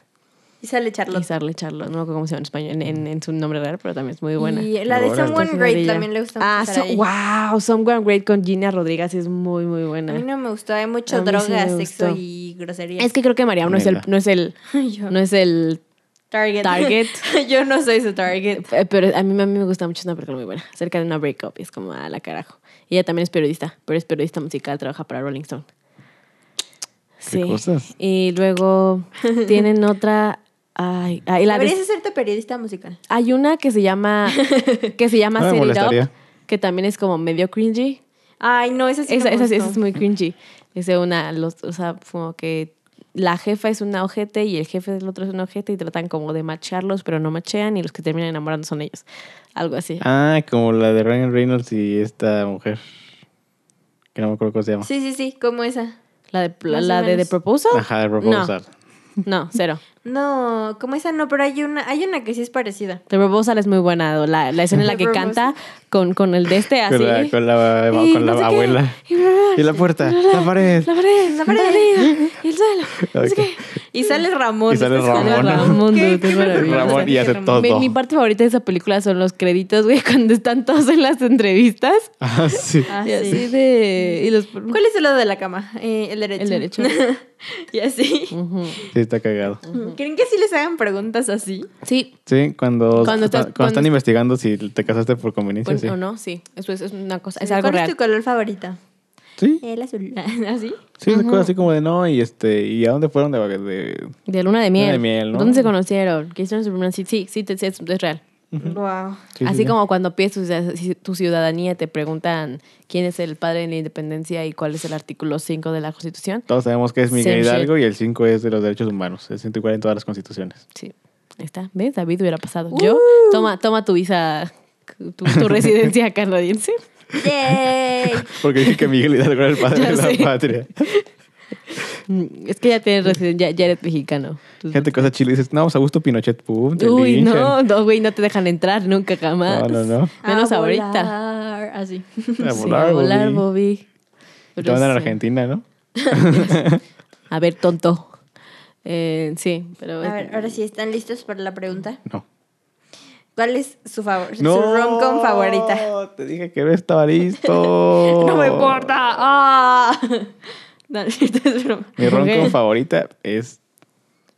Y sale
Y
Charlotte.
Charlie Charlotte. No me acuerdo cómo se llama en español, en, en- en su nombre real, pero también es muy buena.
Y la de
Órale.
Someone
Está
Great
señorilla.
también le gusta
Ah,
mucho.
so-
estar ahí.
wow, Someone Great con Gina Rodríguez es muy, muy
A
buena.
mí no me gustó, hay mucho
A mí sí
droga,
me
sexo
gustó.
y grosería.
Es que creo que Mariam no es el,
Mira.
no es el,
yo,
no es el
Target.
Target.
yo no soy su Target.
Eh, Pero a mí, a mí me gusta mucho, es una película muy buena, acerca de una breakup, y es como a la carajo. Ella también es periodista, pero es periodista musical, trabaja para Rolling Stone.
Qué cosas.
Y luego tienen otra, ay, ay, la de-
Deberías hacerte periodista musical.
hay una que se llama, que se llama
No me
Set It Up,
molestaría.
que también es como medio cringy.
Ay, no, esa sí
Esa,
no me
esa, sí- esa es
gustó.
muy cringy. Es de una, los, o sea, como que la jefa es una ojete y el jefe del otro es un ojete y tratan como de macharlos, pero no machean y los que terminan enamorando son ellos. Algo así.
Ah, como la de Ryan Reynolds y esta mujer. Que no me acuerdo cómo se llama.
Sí, sí, sí, como esa.
¿La de, la,
Más o
de The
menos.
Proposal?
Ajá, el proposal.
No, cero.
No, como esa no, pero hay una, hay una que sí es parecida.
The Proposal es muy buena. o La, la escena en la
The
que canta con, con el de este así.
Con la, con la,
Y
con la
no sé qué, Ah,
abuela.
Y, bla, bla,
Y la puerta, la pared.
la pared, la pared arriba, y el suelo. no sé
Ok.
qué.
Y sale Ramón.
Y sale
¿estás
Ramón.
jugando?
Ramón,
Mm. Qué-
dude,
qué
es maravilloso.
maravilloso.
Ramón y hace
Ramón.
todo.
Mi, mi parte favorita de esa película son los créditos, güey, cuando están todos en las entrevistas.
Ah, sí.
Ah,
y así
sí.
de. Y los.
¿Cuál es el lado de la cama? Eh, el derecho.
El derecho.
y así.
Ujú.
Sí, está cagado.
¿Creen que sí les hagan preguntas así?
Sí,
Sí, cuando,
Cuando
cuando,
estás-
cuando
cuando-
están investigando si te casaste por conveniencia,
bueno,
sí.
o no, sí. Eso es, es una cosa. Es algo
¿Cuál
real.
es tu color favorito?
Eh,
Sí,
El azul.
¿Ah,
¿Así?
sí, una cosa así como de no, y este, ¿y a dónde fueron de, vaca- de-
De luna de miel.
Luna de miel, ¿no?
¿Dónde se conocieron? ¿Qué hicieron su primera cita? Sí, sí, te- sí, es, es real.
Wow.
sí, sí,
Así
sí.
como cuando pides tu, ci- tu ciudadanía te preguntan quién es el padre de la independencia y cuál es el artículo 5 de la Constitución.
Todos sabemos que es Miguel
Same
Hidalgo y el 5 es de los derechos humanos. El 140 en todas las constituciones.
Sí, ahí está. ¿Ves? David hubiera pasado. Yo,
Uh.
toma, toma tu visa, tu, tu residencia canadiense.
¡Yay!
Porque dije que Miguel Hidalgo era el padre
Ya
de la
sé.
patria.
Mm, Es que ya tienes residencia, ya, ya eres mexicano. Entonces,
Gente que vas a Chile y dices, no, pues Augusto Pinochet, pum, te
Uy,
linchan.
no, no, güey, no te dejan entrar nunca jamás.
No, no, no.
Menos
A
ahorita.
volar, Así.
A
Sí,
volar,
a volar,
Bobby.
Bobby.
Y Te
Pero
mandan a
sí.
Argentina, ¿no?
A ver, tonto. Eh, sí, pero.
A ver, ahora sí, ¿están listos para la pregunta?
No.
¿Cuál es su favor?
No.
Su rom-com favorita.
Te dije que no estaba listo.
No me importa. ¡Ah! No, esto es broma.
Mi rom
Ok.
favorita es.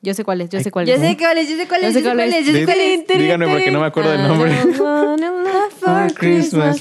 Yo sé cuál es, yo sé cuál
Yo
es.
sé cuál es, yo sé cuál
Yo
es,
sé
yo sé
cuál
cuál
es.
es, yo sé cuál es.
Díganme porque no me acuerdo del nombre.
I don't wanna love
For Christmas,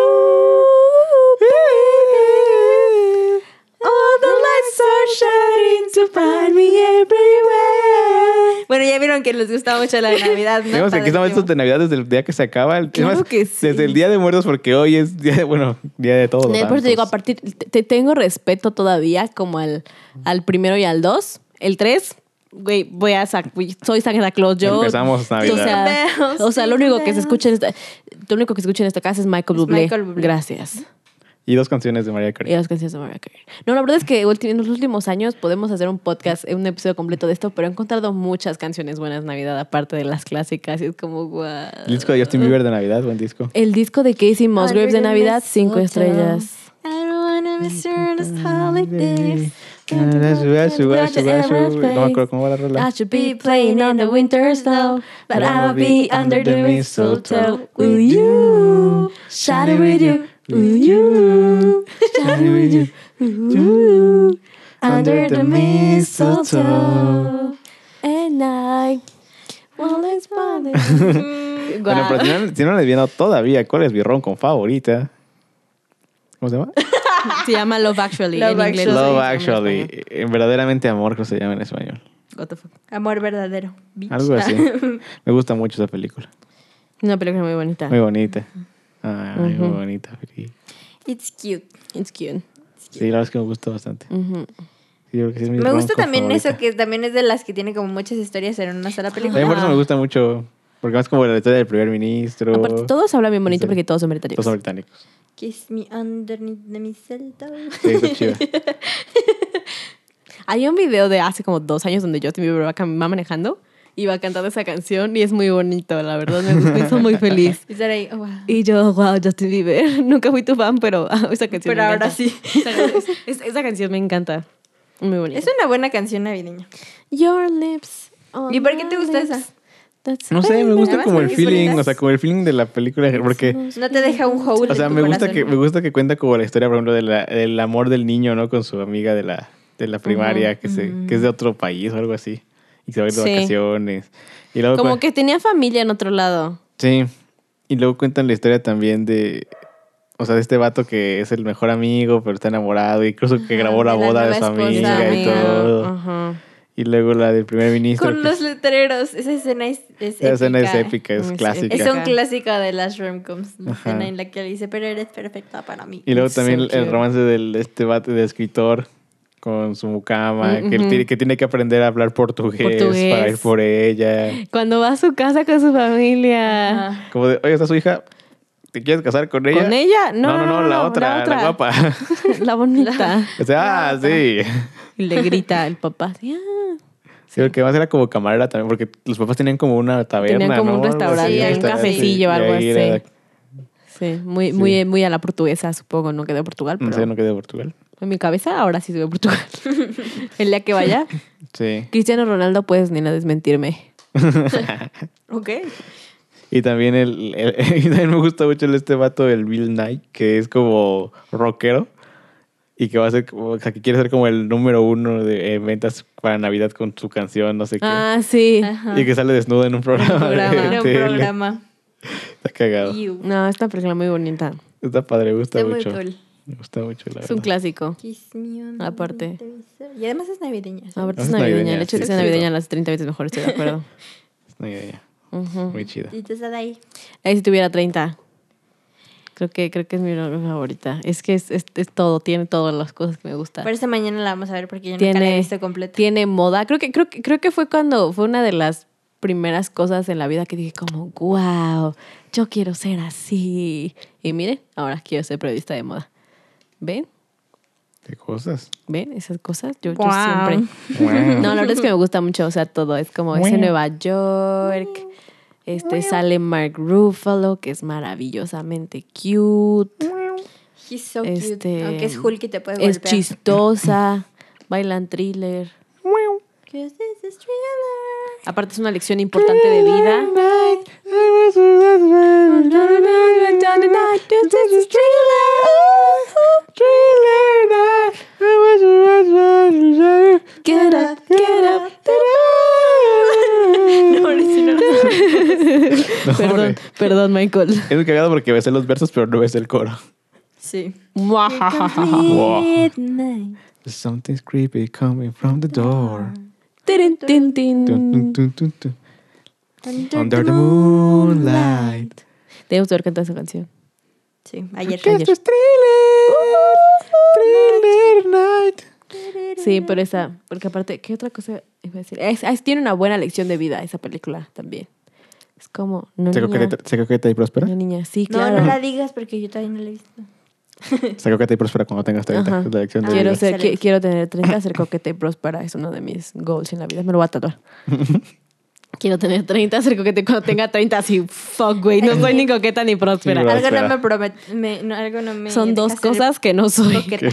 true.
All the lights are shining to find me everywhere. Bueno, ya vieron que les gusta mucho la Navidad, ¿no?
Digamos que aquí estamos estos de Navidad desde el día que se acaba. el-
Claro
además,
que sí.
Desde el Día de Muertos, porque hoy es día de, bueno, día de todos. los
No, por eso te digo, a
santos.
partir, te, te tengo respeto todavía como al, al primero y al dos. El tres, güey, voy a sac- güey, soy Santa Claus yo.
Empezamos Navidad.
O sea,
Bells,
o sea, lo único que se
bells.
escucha en esta, lo único que se escucha en esta casa es Michael
Es
Bublé.
Michael Bublé.
Gracias.
Y dos canciones de María
Y
Carey.
las canciones de Mariah Carey. No, la verdad es que ulti- en los últimos años podemos hacer un podcast, un episodio completo de esto, pero he encontrado muchas canciones buenas Navidad, aparte de las clásicas. Y es como, guau.
El disco de Justin Bieber de Navidad, buen disco.
El disco de Casey Musgraves de
Under the
Navidad, cinco
mistletoe.
estrellas.
I don't wanna miss your last holidays.
No me acuerdo cómo va la
I
rola.
should be playing on the winter snow, but I'll be under the mistletoe with you. Shadow with you, with you.
Under the mistletoe. And I. Well, it's funny.
Bueno, pero si no, si no les viendo todavía, ¿cuál es mi ron con favorita? ¿Cómo se llama?
Se llama Love Actually.
Love
en inglés.
Actually.
Love
Sí, en
Actually.
español.
Eh, verdaderamente amor, creo que se llama en español.
What the fuck.
Amor verdadero. bitch.
Algo así. Me gusta mucho esa película.
Una película muy bonita.
Muy bonita. Ay, muy
Ujú.
bonita. peli.
It's cute.
It's cute.
Sí, la verdad es que me gusta bastante.
Ujú.
Sí, yo creo que sí es mi
Me
rom
gusta
com
también
favorita.
eso, que también es de las que tiene como muchas historias en una sola
A mí
película.
por eso me gusta mucho, porque más como la historia del primer ministro.
Aparte, todos hablan bien bonito
Sí.
porque todos son británicos.
Todos son británicos.
Kiss me underneath the mistletoe.
Sí, está chido.
Hay un video de hace como dos años donde Justin Bieber va, cam- va manejando y va cantando esa canción y es muy bonito, la verdad. Me gusta, hizo muy feliz.
Y estar ahí, oh, wow.
Y yo, wow, Justin Bieber. Nunca fui tu fan, pero ah, esa canción
Pero
me
ahora
encanta.
sí.
Esa, es- esa canción me encanta. Muy bonita.
Es una buena canción navideña.
Your lips. on
¿Y por qué te
my
gusta
lips.
esa?
That's
No sé, me gusta
Además,
como el
porque es
feeling,
bonita.
o sea, como el feeling de la película, porque...
No te deja un hole
O sea,
en tu
me gusta,
corazón.
que, me gusta que cuenta como la historia, por ejemplo, de la- del amor del niño, ¿no? Con su amiga de la, de la primaria, que, se, que es de otro país o algo así. Y se va a ir de
Sí.
vacaciones. Y luego,
Como
cua-
que tenía familia en otro lado.
Sí. Y luego cuentan la historia también de... O sea, de este vato que es el mejor amigo, pero está enamorado. Incluso que grabó la
de la
boda de su
nueva
amiga
esposa.
y
Amiga,
todo.
Ajá.
Y luego la del primer ministro.
Con
que
los letreros. Esa escena es, es
esa escena es
épica.
épica, es
Es
clásica.
Es
épica.
un clásico de las romcoms. La
Ajá.
escena en la que le dice, pero eres perfecta para mí.
Y luego
So
también el
cute.
romance del este vato de escritor con su mucama, que, él
ujú.
tiene, que tiene que aprender a hablar portugués,
Portugués.
para ir por ella.
Cuando va a su casa con su familia.
Ajá.
Como de, oye, ¿está su hija? ¿Te quieres casar con ella?
¿Con ella? No,
No, no, no, la, otra, la
otra.
guapa.
La bonita.
o sea, ah, sí.
Y le grita el papá. así, "Ah".
Sí, porque además era como camarera también, porque los papás tenían como una taberna,
Tenían como
¿no?
un
Algo así,
restaurante,
un
cafecillo,
y
algo
ahí era-
así. Sí, muy,
Sí.
Muy, muy a la portuguesa, supongo. No quedó de Portugal, pero
No sé, no quedé de Portugal.
en mi cabeza ahora sí se ve Portugal. el día que vaya,
Sí.
Cristiano Ronaldo, pues ni nada desmentirme.
Ok.
Y también el, el- y también me gusta mucho el este vato el Bill Knight, que es como rockero y que va a ser como, o sea, que quiere ser como el número uno de eh, ventas para Navidad con su canción, no sé qué.
Ah, sí.
Ajá.
Y que sale desnudo en un programa. de
programa.
Era un
tele.
programa.
Está cagado.
You.
No, es una película muy bonita.
Está padre, me gusta
Está muy
mucho.
cool.
Me gusta mucho, la
Es un
verdad.
clásico.
Kiss me on
Aparte.
the mistletoe. Y además Ah, es navideña.
Aparte
Es
es navideña.
navideña,
El hecho de
sí,
que sea
sí.
navideña las 30 veces mejor, estoy de acuerdo.
Es una idea
Ujú.
Muy chida.
Y tú estás ahí.
Ahí si tuviera 30. Creo que, creo que es mi novela favorita. Es que es, es- es todo, tiene todas las cosas que me gustan.
Por eso mañana la vamos a ver porque yo nunca la he
Tiene-
visto completa.
Tiene moda. Creo que, creo, que- creo que fue cuando fue una de las primeras cosas en la vida que dije como, wow, yo quiero ser así. Y miren, ahora quiero ser periodista de moda. ¿Ven?
¿Qué cosas?
¿Ven esas cosas? Yo, yo
Wow.
siempre. No, la verdad es que me gusta mucho, o sea, todo. Es como es en Nueva York. Este sale Mark Ruffalo, que es maravillosamente cute.
He's so cute.
Este,
Aunque es Hulk y te puede
Es
golpear.
chistosa. Bailan thriller.
Cause this is thriller.
Aparte es una lección importante de vida. Get up, get up.
hombre.
Perdón, perdón, Michael.
Es muy cagado porque ves los versos, pero no ves el coro.
Sí.
Wow.
Midnight.
Something's creepy coming from the
Ah.
door.
Tin, tin, tin.
Dun, dun, dun, dun, dun.
Under
Under
the
the
moon.
moonlight.
Tenemos que haber cantado esa canción.
Sí, ayer.
Ayer.
Esto es thriller. Thriller night.
Sí, por esa. Porque aparte, ¿qué otra cosa iba a decir? Es- es- tiene una buena lección de vida esa película también. Es como. No,
¿Se
niña,
coqueta, se coqueta y próspera?
no, niña. Sí,
No,
claro.
no la digas porque yo todavía no la he visto.
Se coqueta y próspera cuando tengas 30.
Ajá.
Es la lección de
Quiero,
vida.
ser, qui-
Excelente.
quiero tener 30, ser coqueta y próspera. Es uno de mis goals en la vida. Me lo voy a tatuar. quiero tener 30, ser coqueta y cuando tenga 30, así, fuck, güey. No soy ni coqueta ni próspera.
Sí, Pero
algo
espera.
no me promete. me- no, algo no me
Son
deja
dos
ser
cosas que no soy.
Coqueta.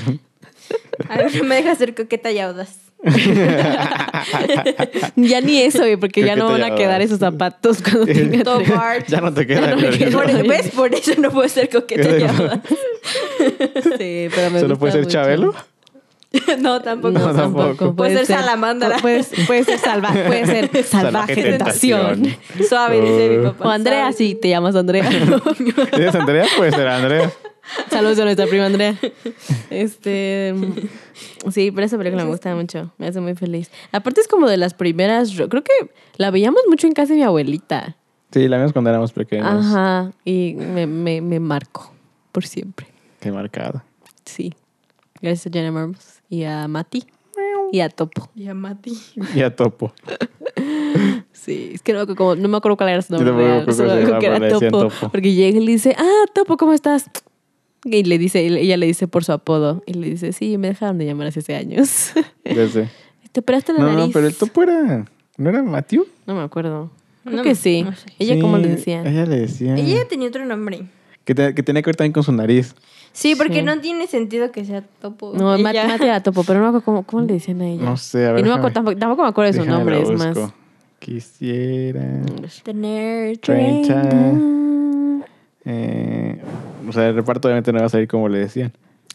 Algo no me deja ser coqueta y audaz.
ya ni eso, güey, porque ya no
Coqueta
van
y
a
audaz.
quedar esos zapatos cuando tenga
Todo
30.
Bart.
Ya no te queda.
no me
ni
queda.
una.
Por- ¿Ves? Por eso no puedo ser coqueta y audaz.
Sí, pero me
¿Solo
gusta
puede ser
mucho.
Chabelo?
no, tampoco.
No, tampoco.
Puede ser salamandra.
Puede, puede ser salvaje. Puede ser salvaje
Salvaje
tentación.
tentación.
Suave, dice mi papá.
O Andrea, sí, te llamas Andrea.
¿Eres Andrea? Puede ser Andrea.
Saludos a nuestra prima Andrea. Este. mm, Sí, pero esa película me gusta mucho. Me hace muy feliz. Aparte, es como de las primeras. ro- Creo que la veíamos mucho en casa de mi abuelita.
Sí, la vimos cuando éramos pequeños.
Ajá. Y me, me, me marcó por siempre.
Qué marcada.
Sí. Gracias a Jenna Marbles y a Mati y a Topo.
Y a Mati.
Y a Topo.
Sí, es que no, como, no me acuerdo cuál era su nombre.
Yo tampoco
real,
me acuerdo
solo
cuál
me
era,
acuerdo que
pero
era
le decían
Topo,
Topo.
Porque llega y le dice, ah, Topo, ¿cómo estás? Y le dice, y le- ella le dice por su apodo. Y le dice, sí, me dejaron de llamar hace 6 años.
Desde.
Te operaste la
No,
nariz.
no, pero el Topo era. ¿No era Matthew?
No me acuerdo. Creo
No
que
me-
sí.
no sé.
Ella,
Sí,
¿cómo le decía?
Ella le decía.
Ella tenía otro nombre.
Que, te- que tenía que ver también con su nariz.
Sí, porque
Sí.
no tiene sentido que sea topo.
No,
Ella-
Mati, Mati era Topo, pero no me acuerdo cómo, cómo le decían a ella.
No sé, a ver,
Y no me
déjame-
acuerdo, tampoco, tampoco me acuerdo de su
Déjame
nombre,
la
es más.
busco. Quisiera.
Tener.
30. Eh, o sea, el reparto obviamente no va a salir como le decían.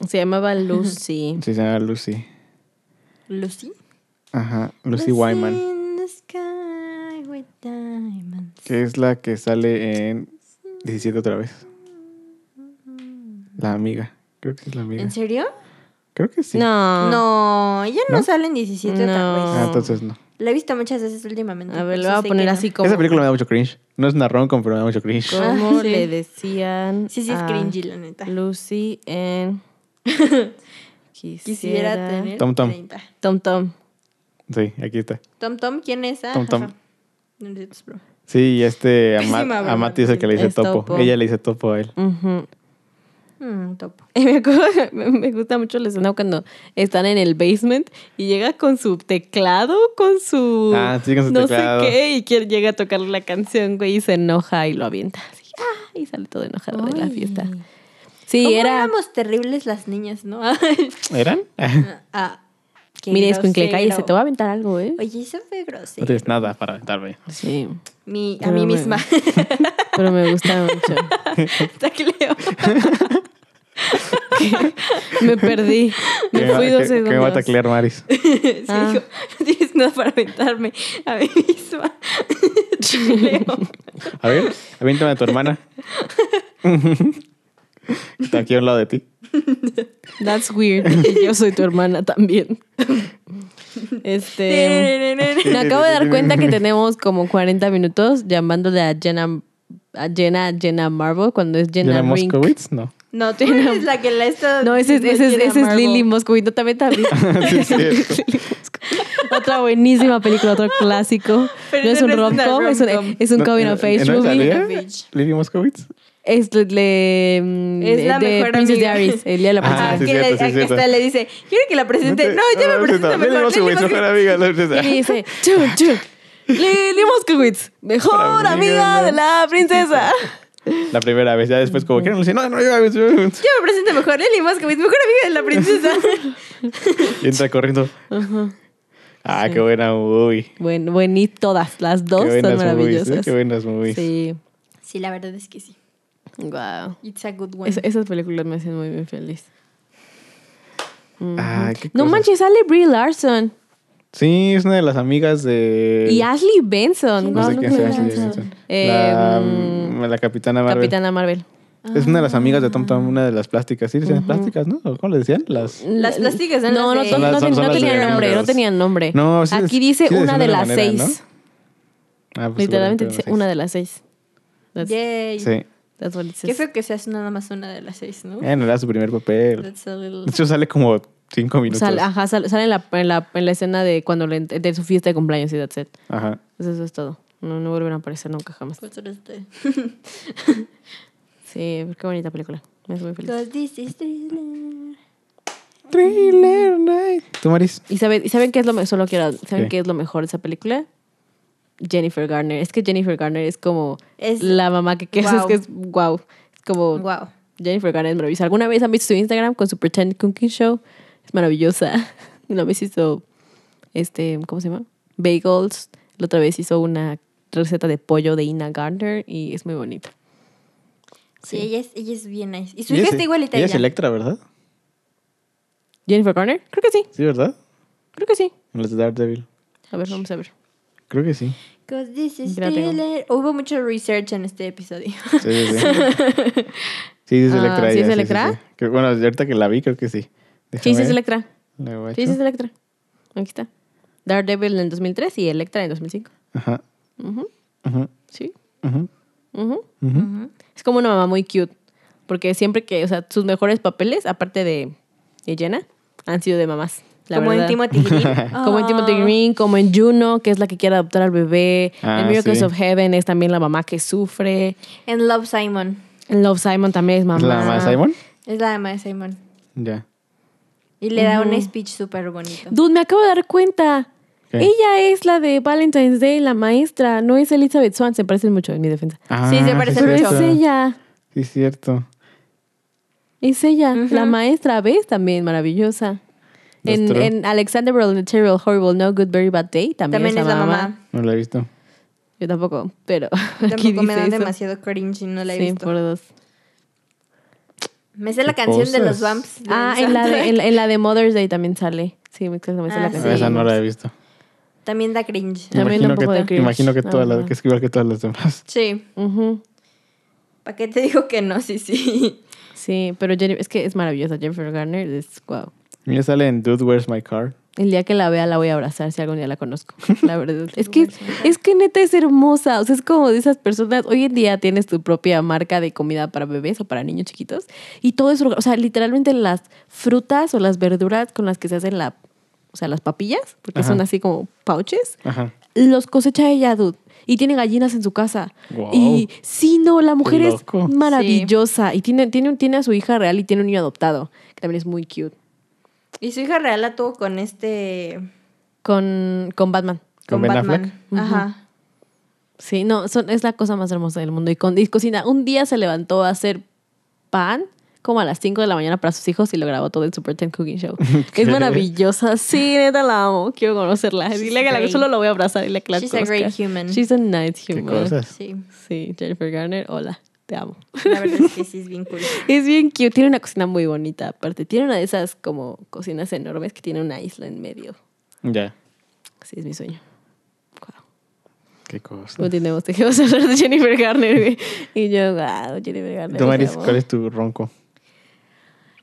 Se llamaba Lucy.
Sí, se llama Lucy.
Lucy.
Ajá, Lucy Wyman.
in the sky with diamonds.
Que es la que sale en 17 otra vez. La amiga. Creo que es la amiga.
¿En serio?
Creo que sí.
No.
No, ella no,
¿No?
sale en 17
Ah. No.
otra
Ah,
vez.
entonces no.
La he visto muchas veces últimamente.
A ver,
por
lo
eso
voy a
sé
poner
que no.
así como.
Esa película me da mucho cringe. No es una rom-com, pero me da mucho cringe.
¿Cómo
Ah, sí.
le decían?
Sí, sí, es
a
cringy, la neta.
Lucy en. Quisiera,
Quisiera tener
Tom Tom.
30.
Tom Tom.
Sí, aquí está.
Tom Tom, ¿quién es? Ah,
Tom Tom.
jaja. No necesitas broma.
Sí, y este a,
Pésima
Ma- a
broma,
Mati es el que le dice
es
topo.
topo.
Ella le dice topo a él.
Ujú.
Mm, topo.
Y me, acuerdo- me gusta mucho la escena cuando están en el basement y llega con su teclado, con su.
Ah, sí, con su
no
teclado.
sé qué, y quiere, llega a tocar la canción, güey, y se enoja y lo avienta. así, ah, y sale todo enojado de la
Ay.
fiesta.
¿Cómo
Sí, era.
éramos terribles las niñas, ¿no?
¿Eran?
ah, qué
Mira, es que
grosero.
cállese, te voy a aventar algo, ¿eh?
Oye, eso fue
No
grosero.
tienes nada para aventarme.
Sí,
Mi, a
Pero
mí
me-
misma.
pero me gusta mucho.
Tacleo.
Me perdí.
Que
Me
va-
fui
que-
dos
que me va a
segundos.
taclear Maris.
Sí,
Ah.
dijo, no tienes nada para aventarme a mí misma. Tacleo.
A ver, aviéntame a tu hermana. Está aquí a un lado de ti.
That's weird. Y yo soy tu hermana también. Este. Me acabo de dar cuenta que tenemos como 40 minutos llamándole a Jenna. A Jenna, Jenna Marble, cuando es Jenna,
¿Jenna
Rink.
Moskowitz? No.
No, tú eres la que la está.
No, ese, es- ese, es- ese es Lily Moscovich. No, también también.
Sí, es cierto.
Lily Moscovich. Otra buenísima película, otro clásico.
Pero
no
ese
es un
no es una
rom-com, es
rom-com.
un, es un
No,
coming
¿en-
of age
en dónde
movie.
salía? ¿Lily Moskowitz?
Es de, de-
Es la
de
mejor
Princess
amiga.
Diaries, el día de la princesa.
Ah,
Ajá,
sí,
que, le-
cierto, sí,
a- que
cierto.
hasta le dice, quiero que la presente. No, yo la presento
Lily
mejor. Lily
Ah, Moskowitz,
Moskowitz.
mejor amiga. la princesa.
Y dice, chun, chun, Lily Moskowitz, mejor
Para
amiga
amiga,
de la princesa.
La primera vez, ya después como quieren, le dice, no, no, yo, yo, yo".
Yo me presento mejor. Lily Moskowitz, mejor amiga de la princesa.
Y entra corriendo. Ah, qué buena movie.
Bueno, buen, y todas, las dos
qué
son
buenas movies, ¿eh?
maravillosas.
Qué buenas movies.
Sí,
Sí, la verdad es que sí.
wow.
It's a good one.
esas películas me hacen muy, muy feliz.
Ay, Ah, qué
No
cosas.
manches, sale Brie Larson
Sí, es una de las amigas de...
y Ashley Benson.
No
Wow,
sé
no
quién
me
sea.
acuerdo.
sí, sí, sí.
Eh,
La,
mm,
la capitana Marvel.
Capitana Ah. Marvel.
Es una de las amigas de Tom Tom, una de las plásticas. Sí, decían plásticas, ¿no? ¿O ¿Cómo le decían? Las...
Las plásticas son
No, no,
las de-
no,
Son las-
no
son-
ten-
son
no
las de
tenían nombre, no
Girls.
tenían nombre.
No, sí les-
Aquí dice
sí les
una
decían
de
de una
las
manera, ¿no?
seis.
Ah, pues,
Literalmente dice
seguramente
una de las seis. That's,
Yay.
Sí.
that's what it
Qué
says.
feo que seas nada más una de las seis, ¿no?
Eh, no era su primer papel.
That's a little...
De hecho, sale como cinco minutos.
Sale, ah. ajá, sale, sale en, la, en, la, en la escena de cuando le- de su fiesta de cumpleaños y that's it.
Ajá.
Pues eso es todo. No, no vuelven a aparecer nunca jamás.
Pues ahora está.
Sí, qué bonita película. Me hace muy feliz.
Cause this is thriller.
Thriller Night. ¿Tú, Maris?
¿Y, sabe- y saben qué es lo mejor? Solo quiero. ¿Saben
¿Qué?
qué? es lo mejor de esa película? Jennifer Garner. Es que Jennifer Garner es como
Es-
la mamá que, que es, es
Guau.
que es wow. Es como
Wow.
Jennifer Garner es maravillosa. ¿Alguna vez han visto su Instagram con su Pretend Cooking Show? Es maravillosa. Una vez hizo, este, ¿cómo se llama? Bagels. La otra vez hizo una receta de pollo de Ina Gardner y es muy bonita.
Sí, ella es, ella es bien nice. Y su
Y
hija
ese-
está igualita a
Ella es
ella.
Electra, ¿verdad?
¿Jennifer Garner? Creo que sí,
Sí, ¿verdad?
creo que sí.
En las de Daredevil.
A ver, vamos a ver.
Creo que sí.
'Cause this is
Ya la tengo.
Taylor. Hubo mucho research en este episodio.
Sí, sí, sí. Sí, sí es
Ah,
Electra.
¿sí
ella,
es Electra?
sí. Creo- Bueno, ahorita que la vi, creo que sí.
Sí, sí es
Déjame-
Electra.
le guacho.
Sí, sí es Electra. Aquí está. Daredevil en 2003 y Electra en 2005.
Ajá.
Ujú,
Ajá.
Sí.
Ajá.
ujú.
Ajá.
Es como una mamá muy cute. Porque siempre que, o sea, sus mejores papeles, aparte de, de Jenna, han sido de mamás. La
como
verdad.
en Timothy Ah. Green.
Como en Timothy Green, como en Juno, que es la que quiere adoptar al bebé.
Ah,
en Miracles
sí.
of Heaven es también la mamá que sufre.
En Love Simon.
En Love Simon también es mamá.
¿Es la mamá de Simon?
Es la mamá de Simon.
Ya.
Y le da
Ujú.
un speech súper bonito.
Dude, me acabo de dar cuenta.
¿Qué?
Ella es la de Valentine's Day, la maestra. No es Elizabeth Swan, se parecen mucho en mi defensa.
Ah,
Sí, se parece
es
Pero
mucho.
es
cierto.
ella.
Sí, es cierto.
Es ella.
Ujú.
La maestra, ¿ves? También maravillosa.
That's
En,
true.
en Alexander the Terrible Horrible No Good Very Bad Day también,
También es la mamá.
No la he visto.
Yo tampoco, pero aquí
Tampoco me
dice
dan
eso.
demasiado cringe y no la he
Sí,
visto.
por dos.
Me sé la
Qué
canción de los
cosas.
Vamps. de
Ah,
Elsa.
en la, de, en, la- en la de Mother's Day también sale. Sí, me me sé
Ah,
la
sí.
A
canción.
Esa no la he visto.
También da cringe.
A mí me da
Imagino
un poco de
que,
cringe,
imagino que,
la
todas las,
verdad.
que es igual que todas las demás.
Sí.
Ujú.
¿Para qué te digo que no? Sí, sí.
Sí, pero Jennifer- es que es maravillosa. Jennifer Garner es wow.
Mira, sale en Dude, Where's My Car?
El día que la vea la voy a abrazar si algún día la conozco. La verdad. es que es que neta es hermosa. O sea, es como de esas personas. Hoy en día tienes tu propia marca de comida para bebés o para niños chiquitos. Y todo es, orga- o sea, literalmente las frutas o las verduras con las que se hacen la, o sea, las papillas, porque
Ajá.
son así como pouches,
Ajá.
los cosecha ella, dude. Y tiene gallinas en su casa.
Wow.
Y sí, no, la mujer es
loco.
maravillosa. Y tiene, tiene, un- tiene a su hija real y tiene un niño adoptado, que también es muy cute.
Y su hija real la tuvo con este.
Con, con Batman.
¿Con
Con,
Ben
Batman.
Affleck?
Ajá.
Sí, no, son- es la cosa más hermosa del mundo. Y, con, y cocina. Un día se levantó a hacer pan como a las 5 de la mañana para sus hijos y lo grabó todo el Super 10 Cooking Show.
¿Qué?
es maravillosa. Sí, neta la amo. Quiero conocerla.
She's
Dile que la,
great.
solo la voy a abrazar y la clase.
She's a great human.
She's a nice
¿Qué
human.
cosas?
Sí.
Sí, Jennifer Garner, hola, te amo.
La verdad es que sí es bien cool.
Es bien cute, tiene una cocina muy bonita. Aparte, tiene una de esas como cocinas enormes que tiene una isla en medio.
Ya.
Sí, es mi sueño. Wow.
Qué cosa.
Continuemos, dejemos hablar de Jennifer Garner. güey. Y yo, wow, Jennifer Garner.
Tú,
te
Maris,
amo.
¿cuál es tu ronco?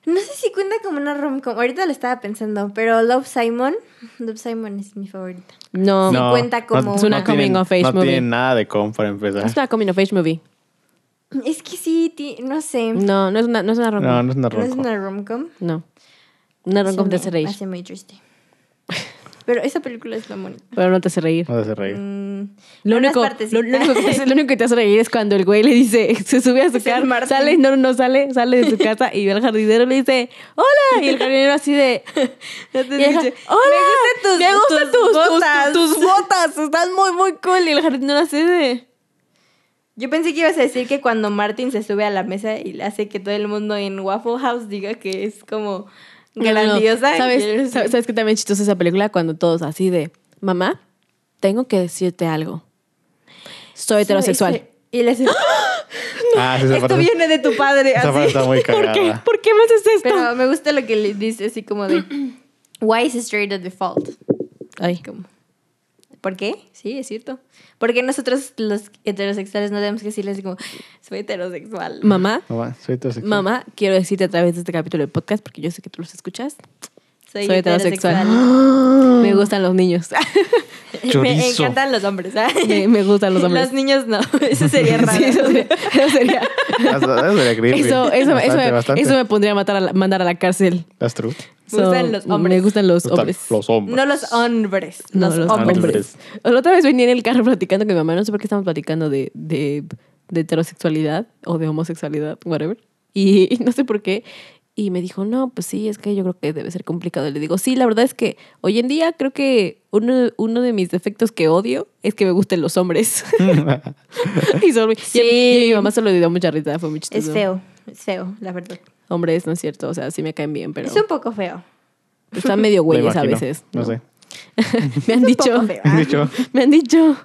No sé si cuenta como una rom-com. Ahorita lo estaba pensando, pero Love Simon. Love Simon es mi favorita.
No,
Sí, cuenta como
Es una coming
tienen-
of age
no
movie.
tienen nada de com para empezar.
es una coming of age movie.
Es que sí, ti- no sé. No,
No, no es una, no es una rom
No,
No,
no es una
es
ronco.
una rom-com.
Una rom-com
Se
de
me
hacer reír.
Hace muy triste. Pero esa película es la bonita.
Pero no te hace reír.
No te hace reír.
Mm,
Lo
unas
único,
partes
lo,
sí.
lo único que hace- lo único que te hace reír es cuando el güey le dice, se sube a su
Es el
carro,
Martín.
sale, no, no sale, sale de su casa y ve al jardinero y le dice, hola, y el jardinero así de,
No te
y el ja-
escuché.
hola, me gustan tus, tus, botas. Tus, botas, están muy, muy cool, y el jardinero así de,
Yo pensé que ibas a decir que cuando Martin se sube a la mesa y le hace que todo el mundo en Waffle House diga que es como
No, no, no.
grandiosa.
¿Sabes, sabes, sabes que también es chistosa esa película cuando todos así de, mamá, tengo que decirte algo, soy heterosexual.
Y le hace,
Ah, sí, esa
esto
parte-
viene de tu padre.
Esa parte
Así.
está muy
¿Por qué?
cagada.
¿Por qué me haces esto?
Pero me gusta lo que le dice así como de, why is straight a default?
Ay,
Como, ¿Por qué? Sí, es cierto. Porque nosotros los heterosexuales no tenemos que decirle así como, soy heterosexual.
mamá,
Mamá, soy heterosexual.
Mamá, quiero decirte a través de este capítulo de podcast, porque yo sé que tú los escuchas.
soy,
soy heterosexual.
heterosexual. Ah.
Me gustan los niños.
Me
Chorizo.
encantan los hombres. ¿ah?
me, me gustan los hombres.
Los niños no, eso sería raro.
Sí, eso sería- eso sería-
Eso, eso sería creepy.
eso, eso,
Bastante,
eso me-
bastante.
eso me pondría a matar a la- mandar a la cárcel.
That's true.
Me gustan los hombres.
Me gustan los
Los
hombres.
Los hombres.
No los hombres,
No,
los, hombres.
hombres.
La otra vez venía en el carro platicando con mi mamá, no sé por qué estamos platicando de, de, de heterosexualidad o de homosexualidad, whatever. Y, y no sé por qué. Y me dijo, no, pues sí, es que yo creo que debe ser complicado. Y le digo, sí, la verdad es que hoy en día creo que uno, uno de mis defectos que odio es que me gusten los hombres. y, solo- y- y mi mamá se lo dio mucha risa, fue muy chistoso.
Es feo, es feo, la verdad.
Hombres, no es cierto, o sea, sí me caen bien, pero
Es un poco feo.
están medio
Me
güeyes a
imagino.
veces.
No, sé.
me han
Un
dicho.
poco feo, ah.
Dicho.
Me han dicho.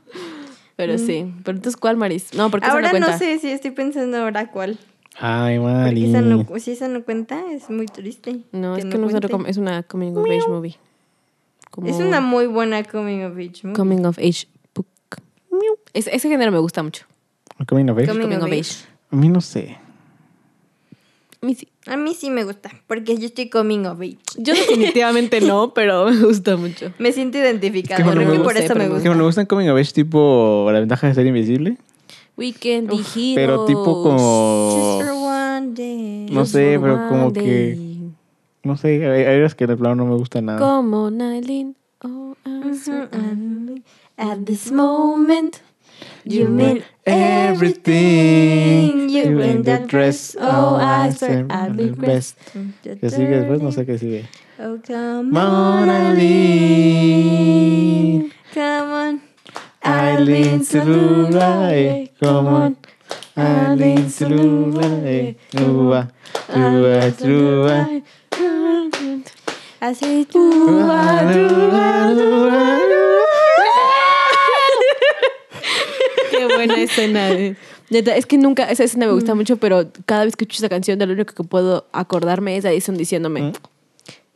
Pero sí. Pero entonces, ¿cuál, Maris? No, porque
Ahora
se
no sé si estoy pensando ahora cuál.
Ay,
Porque
Mali.
esa no, si esa no cuenta, es muy triste.
No, es que no es, una
cuente.
com- es una coming of age movie. Como
Es una muy buena coming of age movie.
coming of age book. Miau. Es- ese género me gusta mucho.
Coming of age.
Coming
Coming
of
of
age.
age.
A mí no sé.
A mí sí.
A mí sí me gusta, porque yo estoy coming of age.
Yo definitivamente no, pero me gusta mucho.
Me siento identificada,
Es que cuando
creo que
me-
por
no sé,
eso
pero
me
me-
Es
gusta.
que me gustan coming of age tipo la ventaja de ser invisible.
Weekend y Heroes.
Pero tipo como...
Just for one day.
No sé, pero como que... ah. No sé, hay hay veces que de plano no me gusta nada.
Como Nailin. Oh, I swear I-
Mm, At this moment, you mean everything.
Everything
You in that dress, oh, I swear I'll be best.
Que sigue después, no sé qué sigue.
Oh, come on,
Mona
Eileen.
Eileen.
Come on.
Eileen Celulae, come on. Eileen Celulae, Uva, Uva, Uva.
ah.
Así tú.
Qué buena escena. eh. Neta, es que nunca, esa escena me
Mm.
gusta mucho, pero cada vez que escucho esa canción, de lo único que puedo acordarme es a Edison diciéndome,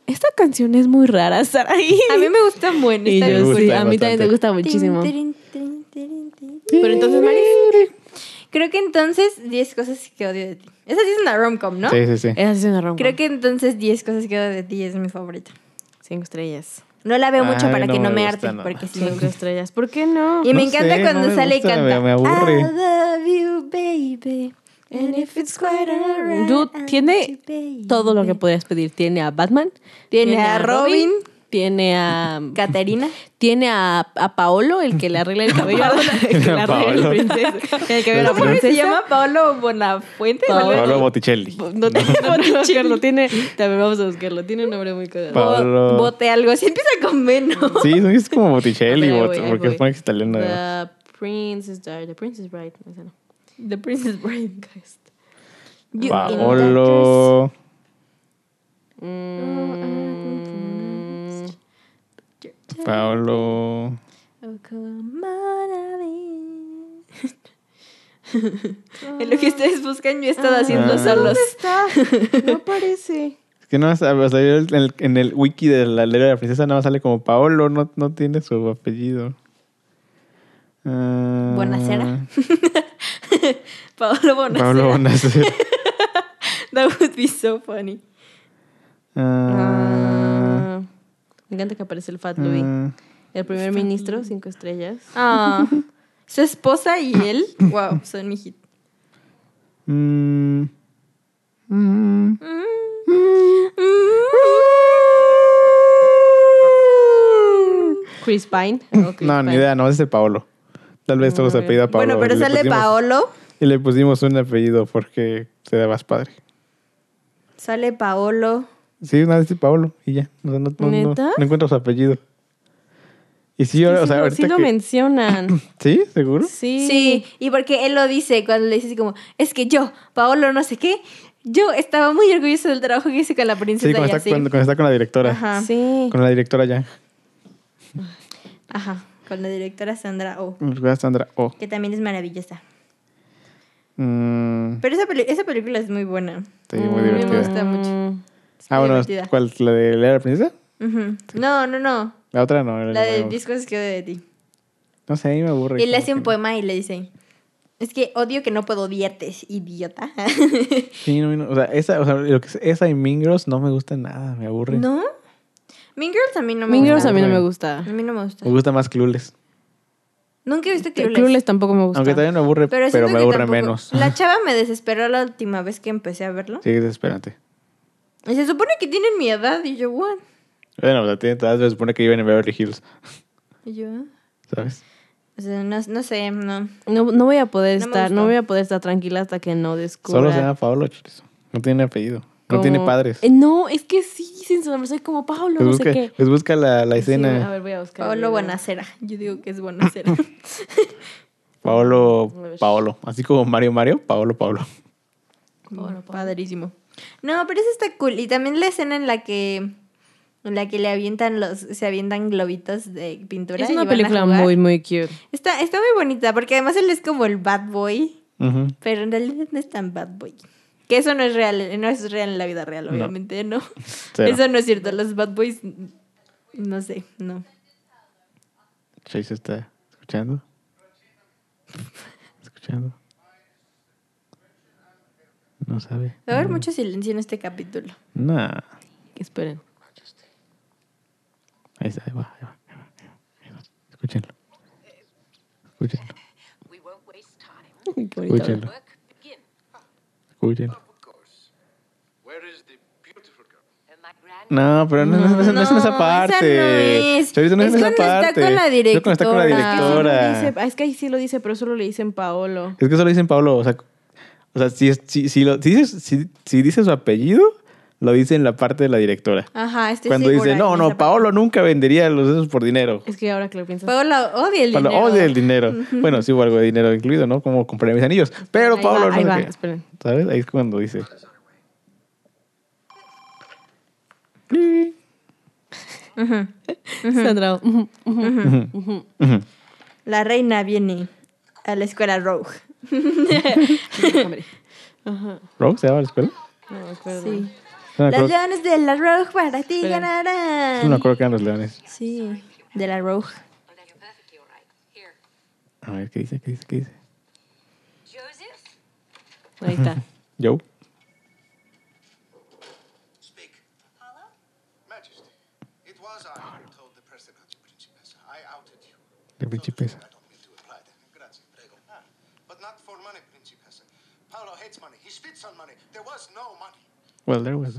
esta canción es muy rara, Saraí.
Mm. A mí me gusta mucho.
Y
Me
yo,
gusta
sí, a mí también
bastante.
me gusta muchísimo.
Tin, tin, tin, tin, tin.
Pero entonces, Maris,
Creo que entonces 10 cosas que odio de ti. Esa sí es una rom-com, ¿no? Eh,
Sí, sí, sí.
esa sí es una rom
Creo que entonces 10 cosas que odio de ti es mi favorita.
Cinco estrellas.
No la veo
Ay,
mucho para
no
que no
me
me
gusta,
harte,
no.
porque sí me
Cinco
gusta.
estrellas. ¿Por qué no?
Y me
No
encanta
sé,
cuando
no me
sale y
gusta,
canta.
me- me aburre.
I love you, baby. And if it's quite alright,
Dude,
I
tiene
love you, baby.
Todo lo que podrías pedir. Tiene a Batman.
Tiene a Robin.
Tiene a...
Caterina.
Tiene a, a Paolo, el que le arregla el cabello. a la- el que le arregla el
Paolo.
princesa. El que ve la
¿Cómo
princesa.
se llama Paolo Bonafuente?
Paolo.
Paolo.
Pablo Botticelli.
No tengo no, tengo que buscarlo. Tiene, también vamos a buscarlo. Tiene un nombre muy cagado.
Pa- Paolo.
Bote algo. Si empieza con B, ¿no?
Sí, es como
A
Botticelli,
ver, ahí
bot-
voy, ahí
porque
voy.
es punk italiano. además.
Uh,
The Princess Bride. The Princess Bride. No, esa no. The Princess Bride. guys.
You-
Paolo.
Mm,
Paolo.
Oh, come on, Abby. En lo que ustedes buscan, yo he estado haciendo
Ah.
solos.
No aparece.
Es que no, o sea, o sea, yo en, el, en el wiki de la letra de la princesa nada más sale como Paolo, no, no tiene su apellido. Ah,
Bonacera. Paolo Bonacera.
Paolo Bonacera.
That would be so funny.
Ah,
Ah, me encanta que aparece el Fat
ah,
Louis. El primer ministro, cinco estrellas.
Ah, su esposa y él, wow, son mi hit.
mm, mm.
Chris Pine. o Chris
No, ni
Pine.
idea, no, ese es Paolo. Tal vez todos se apellida Paolo.
Bueno, pero
y le
sale
pusimos-
Paolo.
Y le pusimos un apellido porque se da más padre.
Sale Paolo.
Sí, una vez sí, Paolo y ya. O sea, no, no, no,
¿Neta?
no encuentro su apellido. Y sí,
Sí,
o
sí
sea,
lo-
ahorita
sí lo
que-
mencionan.
¿Sí? ¿Seguro?
Sí.
Sí, y porque él lo dice cuando le dice así como, es que yo, Paolo no sé qué, yo estaba muy orgulloso del trabajo que hice con la
Sí,
princesa
cuando
y
está,
así.
cuando- cuando está con la directora.
Ajá,
Sí.
Con la directora ya.
ajá, con la directora Sandra Oh,
Sandra Oh.
que también es maravillosa.
Mm,
Pero esa, peli- esa película es muy buena.
sí, muy
Mm,
Me
divertida.
gusta mucho. Es
Ah,
muy
bueno,
divertida.
¿cuál? ¿La de Lea la princesa?
Ujú. No, no, no.
La otra no. era
La de
nueva.
10 cosas que odio de ti.
No sé, a mí me aburre.
Y le
como
hace un
que-
poema y le dice, es que odio que no puedo odiarte, idiota.
Sí, no, no, o sea, esa, o sea, lo que es- esa y Mean Girls no me gusta nada, me aburre.
¿No? Mean Girls a mí no me
Mean Girls
gusta.
a mí no
Bueno.
me gusta.
A mí no me gusta.
Me gusta más Clueless.
Nunca he visto Clueless.
Clueless tampoco me gusta.
Aunque también me aburre, pero,
Pero, siento
me
que
aburre
tampoco-
menos.
La chava me desesperó la última vez que empecé a verlo.
Sí, es desesperante.
Y se supone que tienen mi edad. Y yo, what?
Bueno, o sea, tiene todas, se supone que viven en Beverly Hills,
Y yo, ah.
¿sabes?
o sea, no, no sé, no.
No, no voy a poder
No me
estar, no
gustó.
voy a poder estar tranquila hasta que no descubra.
Solo se llama Paolo Chorizo. No tiene apellido. No
como-
tiene padres.
Eh, no, es que sí, sin su nombre, soy como Pablo,
Pues
no
busca,
sé qué.
pues busca la, la
Sí, a
escena.
ver, voy a buscar.
Paolo
el video.
Bonacera. Yo digo que es Bonacera.
A
Paolo,
ver.
Paolo. Así como Mario Mario, Paolo, Paolo.
Paolo, Paolo.
Padrísimo. No, pero esa está cool. Y también la escena en la que... En la que le avientan los... Se avientan globitos de pintura.
Es
y
una
van a
película
jugar.
muy, muy cute.
Está, está muy bonita porque además él es como el bad boy.
Ujú.
Pero en realidad no es tan bad boy. Que eso no es real, eh, no es real en la vida real,
No.
obviamente, no.
Cero.
Eso no es cierto. Los bad boys, no sé, no.
Chase está escuchando. Escuchando. No sabe.
Va a haber mucho silencio en este capítulo.
Nah.
Esperen.
Ahí está, ahí va, ahí va. ahí va, ahí va, ahí va. Escúchenlo. Escúchenlo.
We won't waste time.
Qué bonito.
Escúchenlo.
Work begin.
Escúchenlo.
Of course. Where is the beautiful girl?
And my grand
No, pero no, no, no, no es en esa
No,
parte.
esa no es.
Ahorita no es,
Es
en esa
cuando
parte.
está con la
Es cuando está con la
directora.
Ah, solo
directora.
dice- ah, es que ahí sí lo dice, pero solo le dicen Paolo.
Es que solo dicen Pablo, o sea, o sea si, es- si, si, lo, si, dices- si, si dice su apellido, lo dice en la parte de la directora.
Ajá, estoy
Cuando
segura
dice, no,
en
no,
esa parte".
Paolo nunca vendería los esos por dinero.
Es que ahora que lo piensas.
Paola odia el
Paolo
dinero.
odia el dinero. Bueno, sí hubo algo de dinero incluido, ¿no? Como compré mis anillos. Pero
Ahí
Paolo
va, ahí
no.
va,
sé qué.
esperen.
¿Sabes? Ahí es cuando dice. Cli.
Sandra. ujú, ujú.
Ujú.
La reina viene a la escuela Rogue.
Hombre. Ajá.
¿Rob se llama la escuela?
No me acuerdo.
Sí.
No me
Las
acuerdo,
leones de la Rogue para ti
Espera.
no me
ganarán.
acuerdo que eran los leones.
Sí, de la Rogue.
Oh, that's perfectly all right. Here.
A ver, ¿qué dice? ¿Qué dice? ¿Qué dice?
Joseph?
Ahí está.
Joe.
Speak. Majesty, it was I who told the person about the princess. I outed you.
La principesa.
I don't mean to imply that. Grazie, prego. Ah, but not for money, princess. Paolo hates money. He spits on money. There was no money.
Well, there was.
Each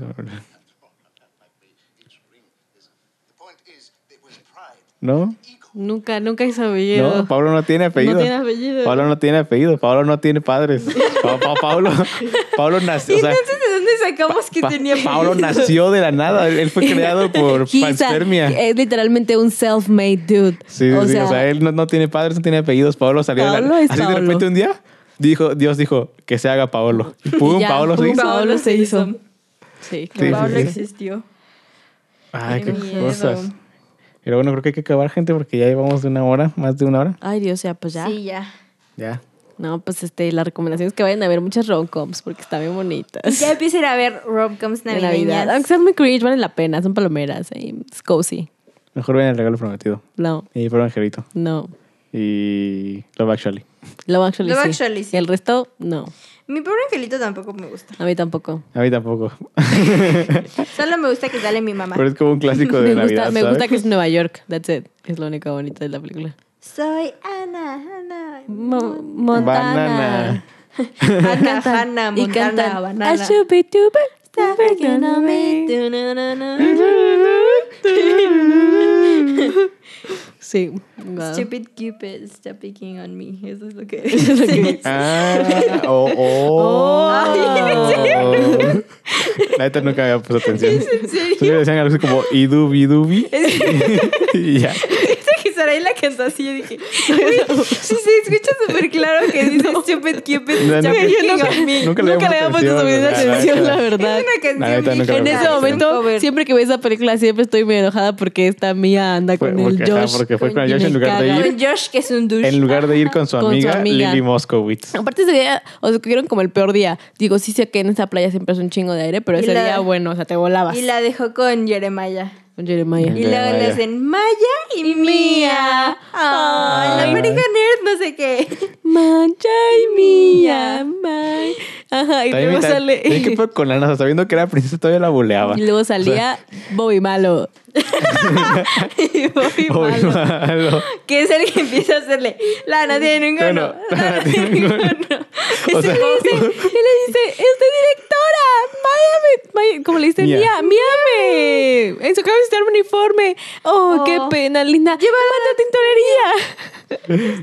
ring is a- The point is, there was pride.
¿No?
Ego.
Nunca, nunca hizo apellido.
No, Pablo no tiene apellido.
No tiene apellido.
Pablo no tiene apellido. Pablo no tiene padres. Pa- pa- Pablo, Pablo nació. O sea,
Entonces, ¿de dónde sacamos que
pa-
tenía
Pablo
apellido?
nació de la nada. Él fue creado por
Quizá-
panspermia.
Es literalmente un self-made dude.
Sí, sí, o sea, él no, no tiene padres, no tiene apellidos. Pablo salió de la
Pablo
nada.
es
Así de
Pablo.
repente un día dijo, Dios dijo que se haga Pablo. Y pum,
y ya,
Pablo se
pum,
hizo.
Paolo se hizo. Sí,
Sí, sí,
claro.
Pablo
sí.
existió.
Ay, qué
Qué miedo.
cosas. Pero bueno, creo que hay que acabar, gente, porque ya llevamos de una hora, más de una hora.
Ay, Dios, ya, pues ya.
Sí, ya.
Ya.
No, pues este, la recomendación es que vayan a ver muchas rom-coms porque están bien bonitas.
Ya empiecen a ver romcoms
de Navidad. Aunque
navideñas.
sean muy cringe, valen la pena. Son palomeras. eh, Es cozy.
Mejor ven el regalo prometido.
No,
Y fueron Angelito.
no.
Y Love Actually.
Love Actually
Love
sí.
Actually sí.
El resto, no.
Mi pobre angelito tampoco me gusta.
A mí tampoco.
A mí tampoco.
Solo me gusta que sale mi mamá.
Pero es como un clásico de
me
Navidad.
gusta, me
¿sabes?
gusta que es Nueva York. That's it. Es lo único bonito de la película.
Soy Ana, Ana.
Mo- Montana.
Banana.
Ana, Ana,
Y
Montana,
cantan Ah,
banana.
I should be too bad.
Stop picking on me. Du, na, na, na.
Sí. wow.
Stupid Cupid, stop picking on me. Eso es lo que
es lo que-
Ah, oh, oh. La neta nunca había puesto atención. Solo decían algo así como idubi dubi. y ya.
que Sarayla cantó así, yo dije, "Uy, sí se escucha súper claro que dice Stupid Cupid,
No,
stop
no, que-
picking
nunca,
on me.
nunca
nunca
le
le
habíamos
habíamos puesto
atención,
suficiente
la verdad.
atención, la verdad.
Es una canción
La neta, nunca
mexicana,
me
En ese
parece.
es un
momento,
cover.
siempre que veo esa película, siempre estoy medio enojada porque esta mía anda
Fue-
con el
porque- ajá,
Josh.
porque fue con el
y
Josh en
me
lugar de
caga.
ir.
Con Josh, que es un douche.
En lugar de ir con su
Con su
amiga,
amiga.
Lily Moskowitz.
Aparte ese día, o sea, tuvieron como el peor día. Digo, sí sé que en esa playa siempre es un chingo de aire, pero
Y
ese
la-
día, bueno, o sea, te volabas.
y la dejó con Jeremiah.
Con Jeremiah.
Y
Ya,
luego le
vaya.
hacen Maya y, Mía. Oh, la American Nerd, no sé qué.
Mancha y mía, may. Ajá, y
También
luego
me-
sale...
también que fue con la NASA, sabiendo que era princesa, todavía la boleaba.
Y luego salía Bobby Malo.
Y Bobby
Uy,
Malo,
malo.
Que es el que empieza a hacerle Lana tiene un cono.
Cono,
Lana tiene un cono.
O
Ese
sea-
le
Y le
dice,
dice, este directora, Miami, Miami", como le dice,
Mía.
Mía, Miami, en su cabeza está un uniforme. Oh, qué
Oh.
pena, linda. Lleva a la tintorería.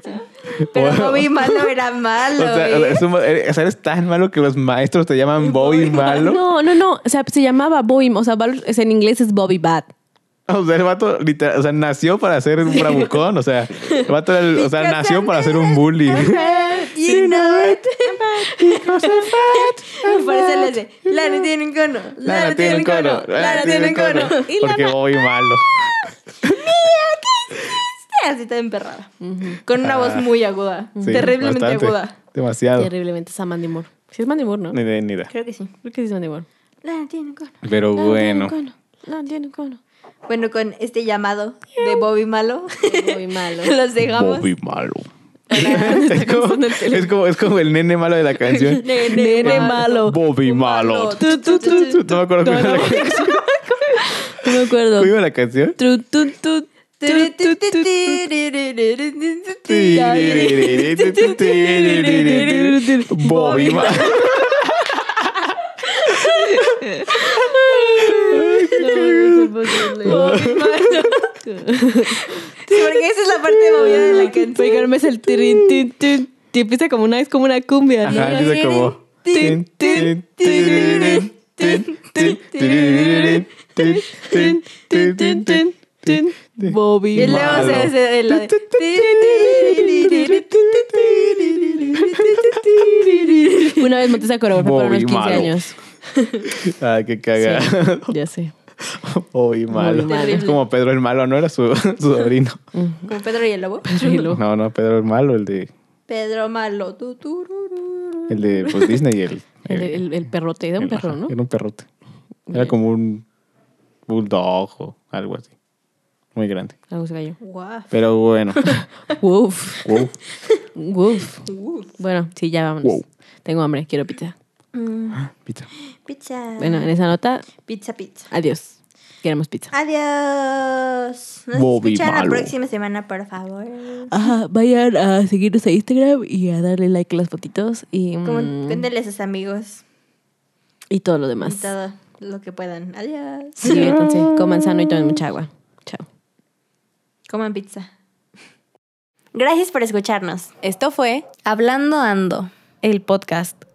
Pero
Wow.
Bobby Malo era malo.
O sea,
¿eh?
es un- eres- eres tan malo que los maestros te llaman Bobby malo.
No, no, no, o sea, se llamaba Bobby, o sea, Val- es- en inglés es Bobby Bad.
O sea, el vato literal, o sea, nació para ser un bravucón. O sea, el vato, era el- o sea, nació para ser un bully.
You know
eh.
it. Por eso le dice, Lana tiene un cono.
Lana tiene un cono.
Lana tiene un cono. Y
Porque
Lana,
voy malo.
así está emperrada. Con una voz muy aguda.
Sí,
Terriblemente
bastante,
aguda.
Demasiado.
Terriblemente esa Mandy Moore. Sí es Mandy Moore, ¿no?
Ni idea, ni idea.
Creo que sí.
Creo que sí es Mandy Moore.
La tiene con-
Pero
No,
bueno.
tiene un cono. No, tiene un cono.
Bueno, con este llamado de Bobby Malo.
Muy malo.
los dejamos.
Bobby malo. es, como, es, como, es como el nene malo de la canción.
Nene,
Nene malo.
Bobby malo.
Tu, tu, tu, tu.
No me acuerdo cómo iba la canción.
No me acuerdo.
¿Cómo iba la canción?
Tru, tu, tu, tu, tu, tu, tu.
Bobby malo.
No, no es posible.
Sí, porque esa es la parte movida de la canción.
Oigan, me es el tirin, tin, tin. Y empieza como una, es como una cumbia. ¿no?
Ajá, dice como.
Tin, tin, tiririn, tin, tin, tiririn, tin, tin, tin, tin, tin, tin. Bobby.
Y luego
Malo.
se hace la de...
Una vez monté esa coreografía para unos
Bobby
15
malo.
años.
Ah, qué cagada.
Ya sé.
Bobby malo.
malo.
Es como Pedro el malo, ¿no? Era su, su sobrino.
Como Pedro y el Lobo.
Rilo.
No, no, Pedro el malo, el de.
Pedro Malo. tu, tururú.
El de pues, Disney y el.
El, el, el perrote, era un
el-
perro,
ajá,
¿no?
Era un perrote. Era como un bulldog o algo así. Muy grande.
Algo se cayó.
Guau.
Pero bueno.
Woof,
Wow.
woof.
Uf.
Bueno, sí, ya vámonos.
Wow.
Tengo hambre, quiero pizza.
Pita.
Mm. Pizza.
Bueno, en esa nota,
Pizza, pizza.
adiós. Queremos pizza.
Adiós. Nos
Bobby
escuchan
Malo.
la próxima semana, por favor.
Ajá, vayan a seguirnos a Instagram y a darle like a las fotitos y, mm,
Como- Cuéntenle a sus amigos
y todo lo
y
demás.
todo lo que puedan. Adiós.
Sí, entonces, coman sano y tomen mucha agua. Chao.
Coman pizza. Gracias por escucharnos.
Esto fue
Hablando Ando.
el podcast